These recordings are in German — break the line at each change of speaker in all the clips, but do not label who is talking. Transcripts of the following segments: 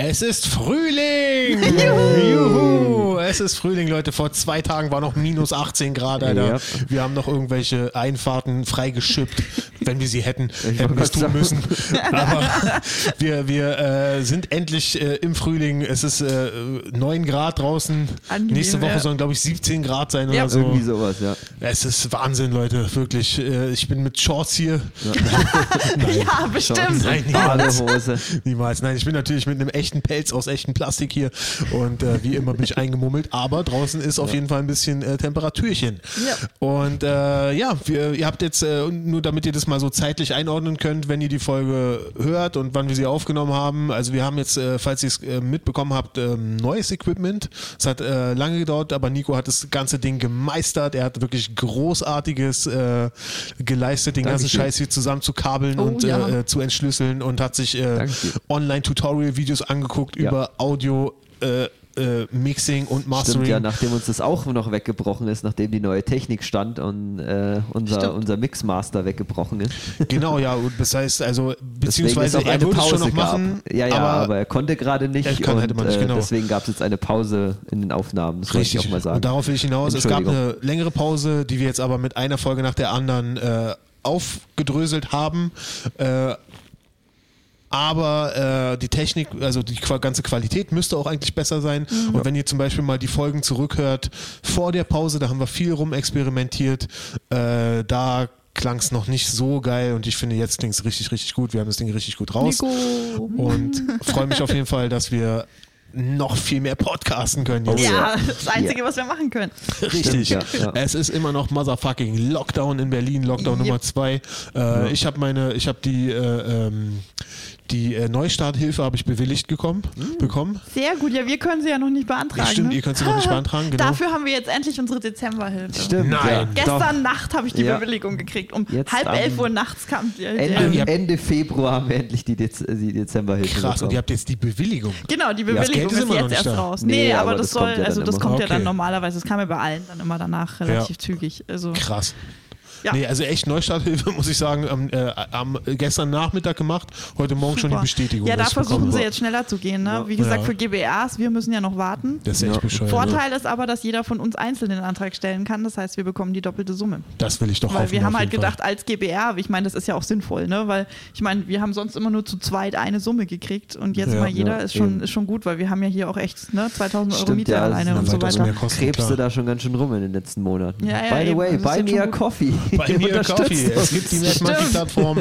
Es ist Frühling! Juhu. Es ist Frühling, Leute. Vor zwei Tagen war noch minus 18 Grad, Alter.
Ja.
Wir haben noch irgendwelche Einfahrten freigeschippt. Wenn wir sie hätten, hätten wir
wollte
es tun
grad
müssen. Aber wir, wir äh, sind endlich äh, im Frühling. Es ist äh, 9 Grad draußen.
Angenehm,
Nächste Woche
ja.
sollen, glaube ich, 17 Grad sein
Ja.
oder so.
Irgendwie sowas, ja.
Es ist Wahnsinn, Leute. Wirklich. Äh, ich bin mit Shorts hier.
Ja, bestimmt.
Nein, niemals.
Badehose.
Niemals. Nein, ich bin natürlich mit einem echten Pelz aus echtem Plastik hier und äh, wie immer bin ich eingemummelt, aber draußen ist auf jeden Fall ein bisschen äh, Temperaturchen.
Ja.
Und äh, ja, wir, ihr habt jetzt, äh, nur damit ihr das mal so zeitlich einordnen könnt, wenn ihr die Folge hört und wann wir sie aufgenommen haben. Also wir haben jetzt, äh, falls ihr es äh, mitbekommen habt, ähm, neues Equipment. Es hat äh, lange gedauert, aber Nico hat das ganze Ding gemeistert. Er hat wirklich Großartiges äh, geleistet, den ganzen
Dankeschön.
Scheiß hier zusammen zu kabeln
Oh,
und
ja.
äh, äh, zu entschlüsseln und hat sich äh,
Danke dir.
Online-Tutorial-Videos angeguckt
Ja.
über Audio, äh, äh, Mixing und Mastering.
Stimmt ja, nachdem uns das auch noch weggebrochen ist, nachdem die neue Technik stand und äh, unser,
Stimmt.
unser Mixmaster weggebrochen ist.
genau, ja, und das heißt, also,
Deswegen ist
beziehungsweise
auch
er
eine
würde es schon
Pause
noch
gab.
machen,
Ja, ja, aber,
aber
er konnte gerade nicht.
Er kann-
und,
hätte man nicht,
äh,
genau.
Deswegen gab es jetzt eine Pause in den Aufnahmen. Das wollte ich auch mal sagen.
Und darauf will ich hinaus. Es gab
Entschuldigung.
eine längere Pause, die wir jetzt aber mit einer Folge nach der anderen äh, aufgedröselt haben. Äh, aber äh, die Technik, also die qua- ganze Qualität müsste auch eigentlich besser sein.
Mhm.
Und wenn ihr zum Beispiel mal die Folgen zurückhört, vor der Pause, da haben wir viel rumexperimentiert, äh, da klang es noch nicht so geil und ich finde, jetzt klingt es richtig, richtig gut. Wir haben das Ding richtig gut raus.
Nico.
Und freue mich auf jeden Fall, dass wir noch viel mehr podcasten können.
Oh
jetzt.
Ja, das Einzige, was wir machen können.
Richtig.
Stimmt, ja, ja.
Es ist immer noch motherfucking Lockdown in Berlin, Lockdown
Yep.
Nummer zwei. Äh, Ich habe meine, ich habe die, äh, ähm, die äh, Neustarthilfe habe ich bewilligt gekommen,
Hm.
bekommen.
Sehr gut. Ja, wir können sie ja noch nicht beantragen.
Ja, stimmt,
ne?
ihr könnt sie noch nicht beantragen, genau.
Dafür haben wir jetzt endlich unsere Dezemberhilfe.
Stimmt,
Nein.
Ja.
Gestern Nacht habe ich die
Ja.
Bewilligung gekriegt. Um
Jetzt
halb
am-
elf Uhr nachts kam die.
Ende,
ihr habt-
Ende Februar haben wir endlich die, Dez die Dezemberhilfe
Krass, und ihr
bekommen.
habt jetzt die Bewilligung.
Genau, die
das Geld
Bewilligung
ist
ist,
immer noch
jetzt
nicht
erst
da.
raus.
Nee,
Nee, aber,
aber
das,
das
soll,
kommt ja
also
dann
das
immer.
kommt ja dann
Okay.
normalerweise, das kam ja bei allen dann immer danach relativ zügig. Also
Krass.
ja,
Nee, also echt Neustarthilfe, muss ich sagen, am, äh, am äh, gestern Nachmittag gemacht, heute Morgen schon die
super.
Bestätigung.
Ja, da
dass ich
versuchen
bekommen
sie
habe.
jetzt schneller zu gehen. Ne? Wie
Ja.
gesagt, für GBAs, wir müssen ja noch warten.
Das ist echt
Ja.
bescheuert. ne?
Vorteil ist aber, dass jeder von uns einzeln den Antrag stellen kann. Das heißt, wir bekommen die doppelte Summe.
Das will ich doch
Weil
hoffen,
wir haben
auf
halt
jeden
gedacht, als GBR, ich meine, das ist ja auch sinnvoll, ne? Weil ich meine, wir haben sonst immer nur zu zweit eine Summe gekriegt und jetzt
Ja,
mal jeder
ja,
ist, schon,
eben.
ist schon gut, weil wir haben ja hier auch echt ne, 2000 Euro
Stimmt,
Miete
ja, das
alleine
sind
und so
weitaus mehr
weiter.
Kosten,
Krebste
klar.
da schon ganz schön rum in den letzten Monaten.
Ja, ja,
By the
eben.
way,
Also ist
buy
jetzt
me
schon
a
gut.
coffee.
Bei mir
Unterstützt
Kaffee. Es
uns.
gibt die Matchmaking-Plattform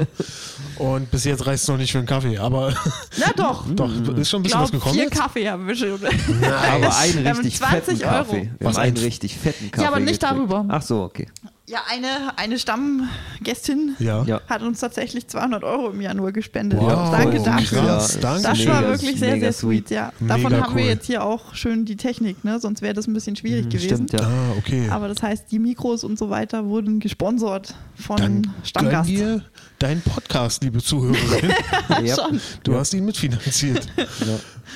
und bis jetzt reicht es noch nicht für einen Kaffee, aber
Na doch,
doch, ist schon ein bisschen Hm? was
Mm. glaub,
gekommen
vier
jetzt?
Kaffee haben wir schon.
Aber einen
Wir haben
richtig
20
fetten
Euro.
Kaffee. Wir
Was,
haben einen
ein-
richtig fetten Kaffee.
Ja, aber nicht
gekriegt.
darüber.
Ach so, okay.
Ja, eine, eine Stammgästin
Ja.
Ja.
hat uns tatsächlich 200 Euro im Januar gespendet.
Wow.
Danke
Oh,
dafür.
krass,
Ja,
danke.
Das
mega-
war wirklich sehr,
mega
sehr sweet, ja. Davon
Mega
haben
cool.
wir jetzt hier auch schön die Technik, ne? Sonst wäre das ein bisschen schwierig gewesen.
Mhm, Stimmt, ja.
Ah, okay.
Aber das heißt, die Mikros und so weiter wurden gesponsert von
Dann gönn
Stammgast.
dir deinen Podcast, liebe Zuhörerin.
Ja.
Schon.
Du hast ihn mitfinanziert.
Ja.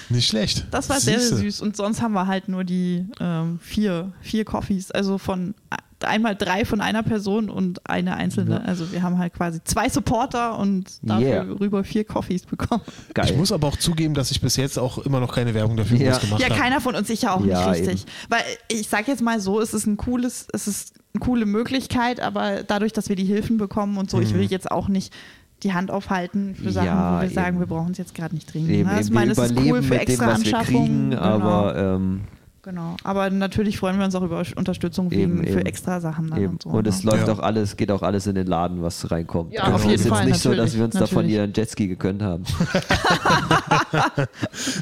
Nicht schlecht.
Das war sehr, sehr
Siehste.
süß. Und sonst haben wir halt nur die ähm, vier, vier Coffees. Also von einmal drei von einer Person und eine einzelne. Also wir haben halt quasi zwei Supporter und dafür
Yeah.
rüber vier Coffees bekommen.
Geil.
Ich muss aber auch zugeben, dass ich bis jetzt auch immer noch keine Werbung dafür
Ja.
groß gemacht
ja,
habe.
keiner von uns sicher auch
Ja,
nicht richtig. Weil ich sag jetzt mal so, es ist ein cooles, es ist eine coole Möglichkeit, aber dadurch, dass wir die Hilfen bekommen und so, ich will jetzt auch nicht die Hand aufhalten für Sachen,
Mhm. Ja,
wo wir sagen,
eben.
wir brauchen es jetzt gerade nicht dringend.
Eben,
ne?
eben,
ich meine,
wir
es ist cool
überleben
für
mit dem,
extra
was wir
Anschaffungen.
kriegen,
genau,
aber ähm,
genau. Aber natürlich freuen wir uns auch über Unterstützung
Eben,
wegen, für
eben.
extra Sachen dann
eben.
und so. ne?
und es läuft
Ja.
auch alles, geht auch alles in den Laden, was reinkommt.
Ja,
Also
auf
es
jeden
ist jetzt
Fall,
nicht so, dass
natürlich,
wir uns davon
natürlich.
hier einen Jetski gegönnt haben.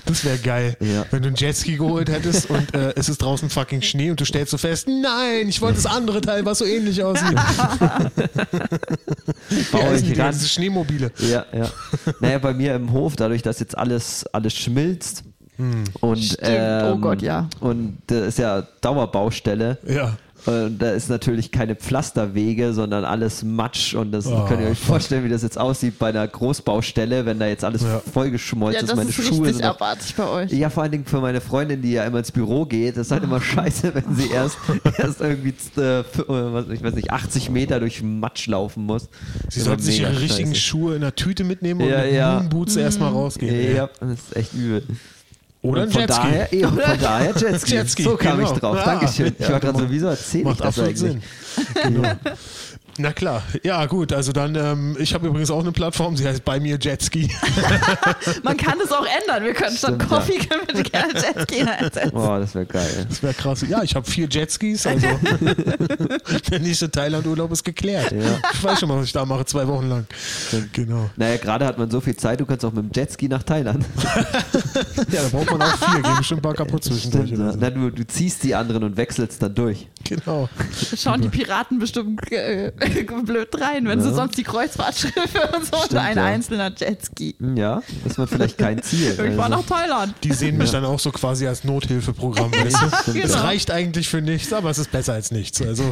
Das wäre geil,
Ja.
wenn du einen Jetski geholt hättest und äh, es ist draußen fucking Schnee und du stellst so fest, nein, ich wollte das andere Teil, was so ähnlich aussieht.
Bau
Ja,
euch
die
ran.
ganzen Schneemobile.
Ja, ja. Naja, bei mir im Hof, dadurch, dass jetzt alles, alles schmilzt. Und,
Hm.
ähm,
Stimmt. Oh Gott, ja.
Und das ist ja Dauerbaustelle.
Ja.
Und Äh, da ist natürlich keine Pflasterwege, sondern alles Matsch. Und das
Oh,
könnt ihr euch
fuck.
vorstellen, wie das jetzt aussieht bei einer Großbaustelle, wenn da jetzt alles
Ja.
vollgeschmolzen
Ja,
ist.
das
Meine
ist
Schuhe
richtig
sind noch
abartig bei euch.
ja, vor allen Dingen für meine Freundin, die ja immer ins Büro geht, das ist halt immer scheiße, wenn sie erst, erst irgendwie, äh, f- äh, was- ich weiß nicht, 80 Meter durch Matsch laufen muss.
Sie
Immer
sollten sich
mega
ihre richtigen
scheiße.
Schuhe in der Tüte mitnehmen und
Ja,
mit
ja.
Moonboots erstmal rausgehen.
Ja, das ist echt übel.
Oder ein
Und von
Jetski.
Daher, ja, von daher Jetski.
Jetski,
so kam
genau.
ich drauf.
Ah,
Dankeschön.
ja,
ich war gerade
macht-
so, wieso erzähle ich
Macht
das
absolut
eigentlich?
Sinn. Genau. Na klar. Ja, gut. Also dann, ähm, ich habe übrigens auch eine Plattform, sie heißt bei mir Jetski.
Man kann es auch ändern. Wir können statt
Stimmt, ja.
Coffee können wir gerne Jetski einsetzen.
Oh, das wäre geil.
Das wäre krass. Ja, ich habe vier Jetskis, also der nächste Thailand-Urlaub ist geklärt.
Ja.
Ich weiß schon mal, was ich da mache, zwei Wochen lang. Genau.
Naja, gerade hat man so viel Zeit, du kannst auch mit dem Jetski nach Thailand.
Ja, da braucht man auch vier, gehen bestimmt ein paar kaputt zwischendurch.
ja.
Oder so.
Na, ne? du, du ziehst die anderen und wechselst dann durch.
Genau.
Schauen die Piraten bestimmt äh, blöd rein, wenn sie
Ja.
sonst die Kreuzfahrtschiffe und so und
Stimmt,
ein
ja.
einzelner Jetski.
Hm, Ja, ist man vielleicht kein Ziel.
Ich war nach
Also,
Thailand.
Die sehen mich dann auch so quasi als Nothilfeprogramm. Weißt du?
stimmt,
Es
Genau.
reicht eigentlich für nichts, aber es ist besser als nichts. Also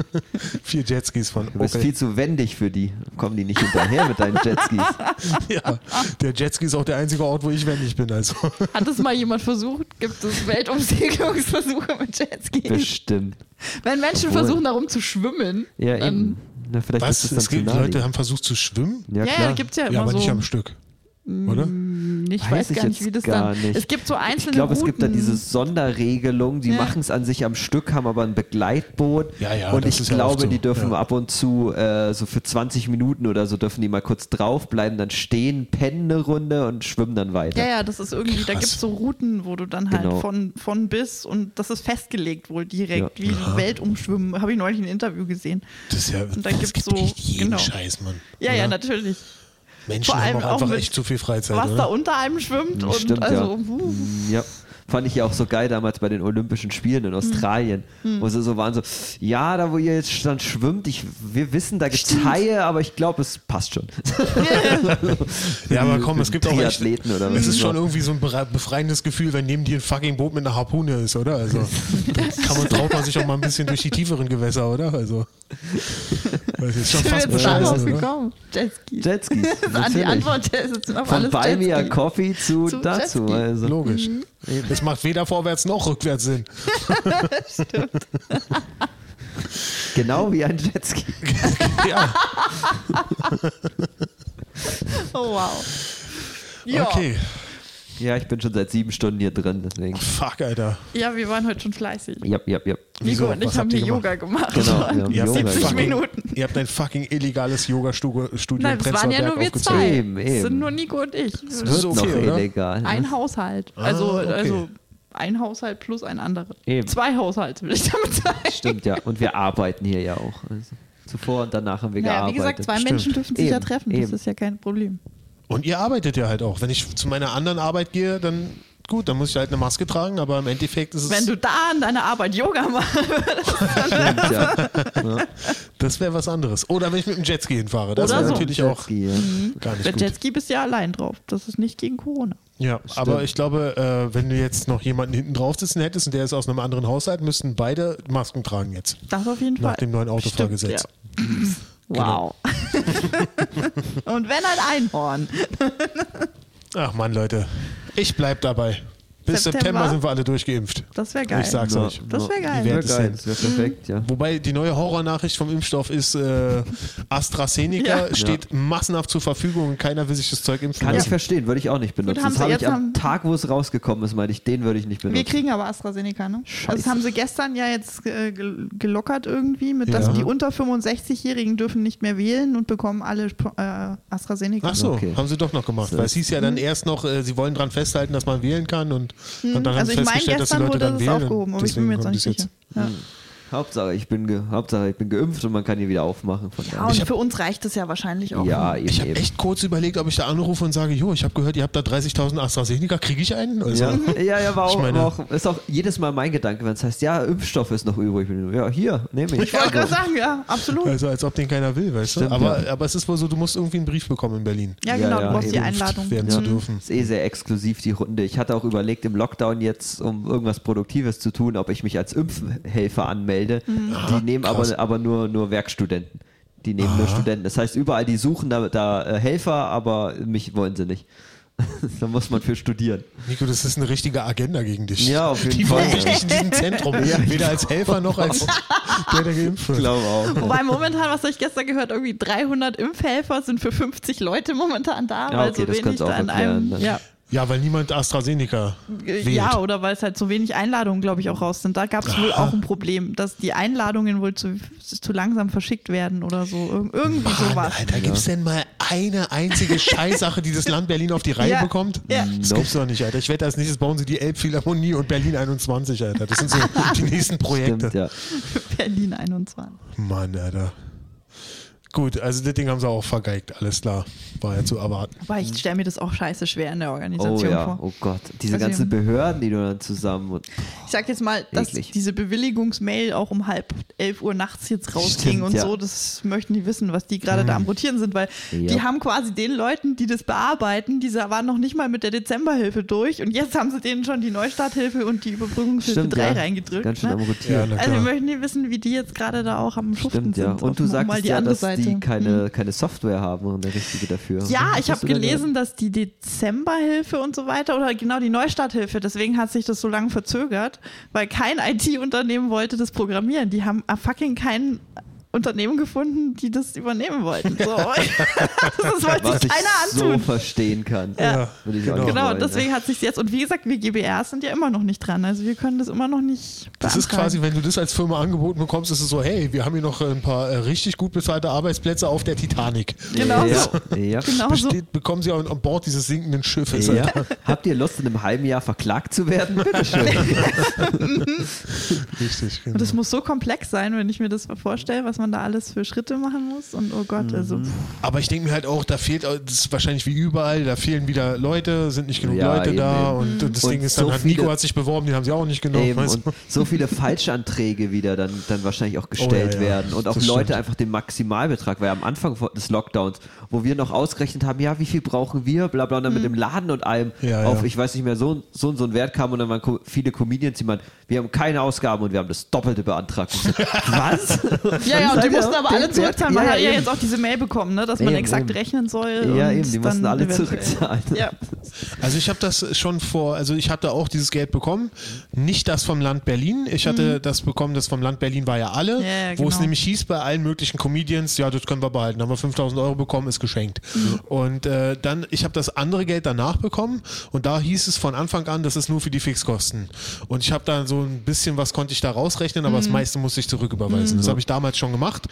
vier Jetskis von
Du bist
okay.
viel zu wendig für die. Kommen die nicht hinterher mit deinen Jetskis?
Ja, der Jetski ist auch der einzige Ort, wo ich wendig bin. Also
Hat es mal jemand versucht? Gibt es Weltumsegelungsversuche mit Jetski?
Bestimmt.
Wenn Menschen
Obwohl.
versuchen, darum zu schwimmen,
Ja,
dann-
eben. Na, vielleicht
was?
ist das dann
Es gibt
zu
Leute,
naheliegend.
haben versucht zu schwimmen.
Ja, ja,
klar.
gibt's ja
Ja,
immer
aber
so. Hm,
nicht am Stück, oder?
Ich
Weiß
weiß,
ich
gar nicht,
jetzt
wie das
gar
dann.
nicht.
Es gibt so einzelne
Ich glaube, es gibt da
Routen.
diese Sonderregelung, die
Ja.
machen es an sich am Stück, haben aber ein Begleitboot.
Ja, ja,
und
das
ich
ist ja
glaube,
oft so,
die dürfen
ja.
ab und zu äh, so für 20 Minuten oder so dürfen die mal kurz draufbleiben, dann stehen, pennen eine Runde und schwimmen dann weiter.
Ja, ja, das ist irgendwie, da
Krass.
gibt es so Routen, wo du dann halt
Genau.
von, von bis und das ist festgelegt wohl direkt, wie Welt umschwimmen. Habe ich neulich in einem Interview gesehen.
Das ist ja.
Und dann
es
gibt's
gibt
so-
echt jeden
genau.
Scheiß, Mann.
Ja, ja,
oder?
natürlich.
Menschen
vor
haben
allem
auch
auch
einfach
mit
echt zu viel Freizeit.
Was da
oder?
unter einem schwimmt und
Stimmt,
also.
ja.
wuh. Hm.
Mm, ja. Fand ich ja auch so geil damals bei den Olympischen Spielen in Australien, wo sie so waren so, ja, da wo ihr jetzt dann schwimmt, ich, wir wissen, da gibt's Haie, aber ich glaube, es passt schon.
Ja, aber komm, es gibt auch echt.
Triathleten oder was
Es ist
auch
schon
immer.
irgendwie so ein bere- befreiendes Gefühl, wenn neben dir ein fucking Boot mit einer Harpune ist, oder? Also dann kann man, traut man sich auch mal ein bisschen durch die tieferen Gewässer, oder? Also das ist schon
Ich
fast Also, ne?
bin jetzt darauf
bescheißen, oder?
gekommen. Jetski.
Jetskis.
An die
natürlich.
Antwort der sitzen auf
Von
alles
bei mir
Jetski.
Coffee zu,
Zu
dazu.
Jetski.
Also.
Logisch.
Mhm.
Es macht weder vorwärts noch rückwärts Sinn.
Genau wie ein Jetski.
Ja,
Oh, wow. Ja.
okay.
Ja, ich bin schon seit sieben Stunden hier drin, deswegen.
Fuck, Alter.
ja, wir waren heute schon fleißig.
Ja, ja, ja.
Wieso?
Nico und ich
Was
haben
habt ihr
hier Yoga gemacht.
Genau, wir haben Yoga
70
gemacht.
Minuten.
Ihr habt ein fucking illegales Yoga-Studio in
Nein, es
Prenzlauer
waren ja
Berg
nur wir
aufgezogen.
zwei.
Eben,
Es
eben.
sind nur Nico und ich.
Es wird
ist okay,
noch
oder?
illegal. ne?
Ein Haushalt. Also,
okay.
also ein Haushalt plus ein anderer.
Eben.
Zwei Haushalte, will ich damit sagen.
Stimmt, ja. Und wir arbeiten hier ja auch. Also zuvor und danach haben wir
Naja, wie
gearbeitet.
gesagt, zwei
Stimmt.
Menschen dürfen sich ja
Eben,
treffen. Das
eben.
ist ja kein Problem.
Und ihr arbeitet ja halt auch. Wenn ich zu meiner anderen Arbeit gehe, dann gut, dann muss ich halt eine Maske tragen, aber im Endeffekt ist es.
Wenn du da an deiner Arbeit Yoga machst,
Stimmt, ja.
Das wäre was anderes. Oder wenn ich mit dem Jetski hinfahre. Das
Oder
wäre
so.
natürlich auch
Jetski, ja.
gar nicht
mit
gut.
Jetski bist du ja allein drauf. Das ist nicht gegen Corona.
Ja, aber ich glaube, äh, wenn du jetzt noch jemanden hinten drauf sitzen hättest und der ist aus einem anderen Haushalt, müssten beide Masken tragen jetzt.
Das auf jeden Fall.
Nach dem neuen Genau. Autofahrgesetz.
Stimmt, Ja. Wow. Und wenn halt Einhorn.
Ach man, Leute. Ich bleib dabei. Bis September,
September?
sind wir alle durchgeimpft.
Das wäre geil.
Ich sag's
Ja.
euch.
Das wäre
Die
geil.
werden-
Wäre geil, das wäre halt perfekt, ja.
Wobei die neue Horrornachricht vom Impfstoff ist, äh, AstraZeneca
Ja.
steht massenhaft zur Verfügung und keiner will sich das Zeug impfen
Kann ich
lassen.
verstehen, würde ich auch nicht benutzen.
haben
Das
sie
habe
jetzt
ich am
haben-
Tag, wo es rausgekommen ist, meinte ich, den würde ich nicht benutzen.
Wir
Genau.
kriegen aber AstraZeneca, ne? Also das
Scheiße.
haben sie gestern ja jetzt äh, gel- gelockert irgendwie, mit
Ja.
dass die unter 65-Jährigen dürfen nicht mehr wählen und bekommen alle äh, AstraZeneca.
Ach so,
Okay.
haben sie doch noch gemacht.
So.
Weil es hieß ja dann erst noch, äh, sie wollen dran festhalten, dass man wählen kann und, und dann haben
also
sie
ich meine,
festgestellt, dass die
gestern
Leute
wurde
dann
das
wählen. und
aufgehoben, aber ich bin mir jetzt
deswegen
auch nicht
kommt es
sicher. Ja.
Hauptsache, ich bin ge Hauptsache, ich bin geimpft und man kann hier wieder aufmachen. Von
Ja,
daher.
und für uns reicht es ja wahrscheinlich auch.
ja, eben,
Ich habe
eben.
echt kurz überlegt, ob ich da anrufe und sage, jo, ich habe gehört, ihr habt da 30.000 AstraZeneca, kriege ich einen? Also,
Ja, ja, ja war,
Ich
auch,
meine-
war auch, ist auch jedes Mal mein Gedanke, wenn es heißt, ja, Impfstoff ist noch übrig. Ja, hier, nehme ich.
Ich wollte gerade
Also,
sagen, ja, absolut.
also als ob den keiner will, weißt du?
Stimmt,
Aber,
ja.
aber es ist wohl so, du musst irgendwie einen Brief bekommen in Berlin.
Ja,
Ja,
genau,
ja,
du brauchst die
eben.
Einladung.
Werden zu dürfen.
Ist eh sehr exklusiv die Runde. Ich hatte auch überlegt, im Lockdown jetzt, um irgendwas Produktives zu tun, ob ich mich als Impfhelfer anmelde.
Mhm.
Die nehmen
krass.
aber, aber nur, nur Werkstudenten. Die nehmen nur Studenten. Das heißt, überall, die suchen da, da äh, Helfer, aber mich wollen sie nicht. da muss man für studieren.
Nico, das ist eine richtige Agenda gegen dich.
Ja, auf jeden
Die
Fall.
wollen dich nicht in diesem Zentrum. Weder als Helfer noch als der, der geimpft
Ich
wird.
glaube auch.
Wobei momentan, was habe ich gestern gehört, irgendwie 300 Impfhelfer sind für 50 Leute momentan da,
Ja,
weil
okay,
so
das
wenig
kann's auch
da in
erklären,
einem.
dann.
Ja,
Ja, weil niemand AstraZeneca
äh,
wählt.
ja, oder weil es halt so wenig Einladungen, glaube ich, auch raus sind. Da gab es wohl auch ein Problem, dass die Einladungen wohl zu, zu langsam verschickt werden oder so. Ir irgendwie
Mann,
sowas.
Alter, Ah, gibt's denn mal eine einzige Scheißsache, die das Land Berlin auf die Reihe
Ja,
bekommt?
ja.
Das
Hm, Nope.
gibt's doch nicht, Alter. Ich wette, als nächstes bauen sie die Elbphilharmonie und Berlin 21, Alter. Das sind so die nächsten Projekte.
Stimmt, ja.
Berlin 21.
Mann, Alter. Gut, also das Ding haben sie auch vergeigt, alles klar. War ja zu erwarten.
Wobei ich stelle mir das auch scheiße schwer in der
Oh
Organisation
ja,
vor.
oh Gott. Diese
Also,
ganzen Behörden, die du dann zusammen und
Ich sag jetzt mal, dass
Eklig.
diese Bewilligungsmail auch um halb elf Uhr nachts jetzt rausging
Stimmt,
und
ja. Hm.
so, das möchten die wissen, was die gerade da am Rotieren sind, weil
Ja.
die haben quasi den Leuten, die das bearbeiten, diese waren noch nicht mal mit der Dezemberhilfe durch und jetzt haben sie denen schon die Neustarthilfe und die Überbrückungshilfe
Stimmt,
3
ja.
reingedrückt.
ganz schön am
ne?
Rotieren.
na
Also möchten die wissen, wie die jetzt gerade da auch am Schuften
Stimmt,
sind.
ja.
auf
Und du
mal
sagtest
die
ja,
andere
dass die
Seite. Hm.
keine, keine Software haben und eine richtige dafür.
Ja,
Hast
ich
du
habe
da
gelesen, dass die Dezemberhilfe und so weiter oder genau die Neustarthilfe, deswegen hat sich das so lange verzögert, weil kein IT-Unternehmen wollte das programmieren. Die haben ah, fucking kein Unternehmen gefunden, die das übernehmen wollten. So. das wollte
was
sich
ich
keiner
so
antun.
verstehen kann.
Ja,
Würde ich auch ne?
genau.
nicht
Genau,
wollen,
deswegen hat sich jetzt, und wie gesagt, wir GBR sind ja immer noch nicht dran. Also wir können das immer noch nicht beantragen.
Das ist quasi, wenn du das als Firma angeboten bekommst, ist es so, hey, wir haben hier noch ein paar äh, richtig gut bezahlte Arbeitsplätze auf der Titanic.
ne?
genau
Ja, ja.
Genau so.
Besteht, bekommen sie an, an Bord dieses sinkenden halt Schiffes.
Ja.
Alter.
Habt ihr Lust, in einem halben Jahr verklagt zu werden? Bitteschön.
Richtig,
Und das
genau.
muss so komplex sein, wenn ich mir das vorstelle, was man da alles für Schritte machen muss. Und oh Gott,
Mhm.
also pff.
Aber ich denke mir halt auch, da fehlt, das ist wahrscheinlich wie überall, da fehlen wieder Leute, sind nicht genug
Ja,
Leute
eben,
da
eben. Mhm.
und, und das
Und
Ding ist
so
dann, hat Nico
viele-
hat sich beworben, den haben sie auch nicht genommen.
Eben,
weißt
und
du?
so viele Falschanträge wieder dann, dann wahrscheinlich
Oh,
auch gestellt
ja, ja.
werden und auch
Das
Leute
stimmt.
einfach den Maximalbetrag, weil am Anfang von- des Lockdowns, wo wir noch ausgerechnet haben, ja, wie viel brauchen wir, bla bla, und dann
Hm.
mit dem Laden und allem
Ja,
auf,
ja.
ich weiß nicht mehr, so, so und so ein Wert kam und dann waren Co- viele Comedians, die meinen, wir haben keine Ausgaben und wir haben das Doppelte beantragt. Und ich so, Was?
Ja, ja, und die
Seid ihr
mussten
auf
aber
dem
alle
Wert?
zurückzahlen. Man
Ja,
hat ja
eben.
jetzt auch diese Mail bekommen, ne, dass man
Eben,
exakt
eben.
rechnen soll.
Ja,
und
eben, die mussten
dann
alle
eventuell-
zurückzahlen.
Ja.
Also ich habe das schon vor, also ich hatte auch dieses Geld bekommen, nicht das vom Land Berlin. Ich hatte das bekommen, das vom Land Berlin war ja alle,
Mhm. Ja, ja,
wo es
genau.
nämlich hieß bei allen möglichen Comedians, ja, das können wir behalten, haben wir 5000 Euro bekommen, ist geschenkt.
Mhm.
Und äh, dann, ich habe das andere Geld danach bekommen und da hieß es von Anfang an, das ist nur für die Fixkosten. Und ich habe da so ein bisschen, was konnte ich da rausrechnen, aber
Mhm.
das meiste musste ich zurücküberweisen. Das habe ich damals schon gemacht.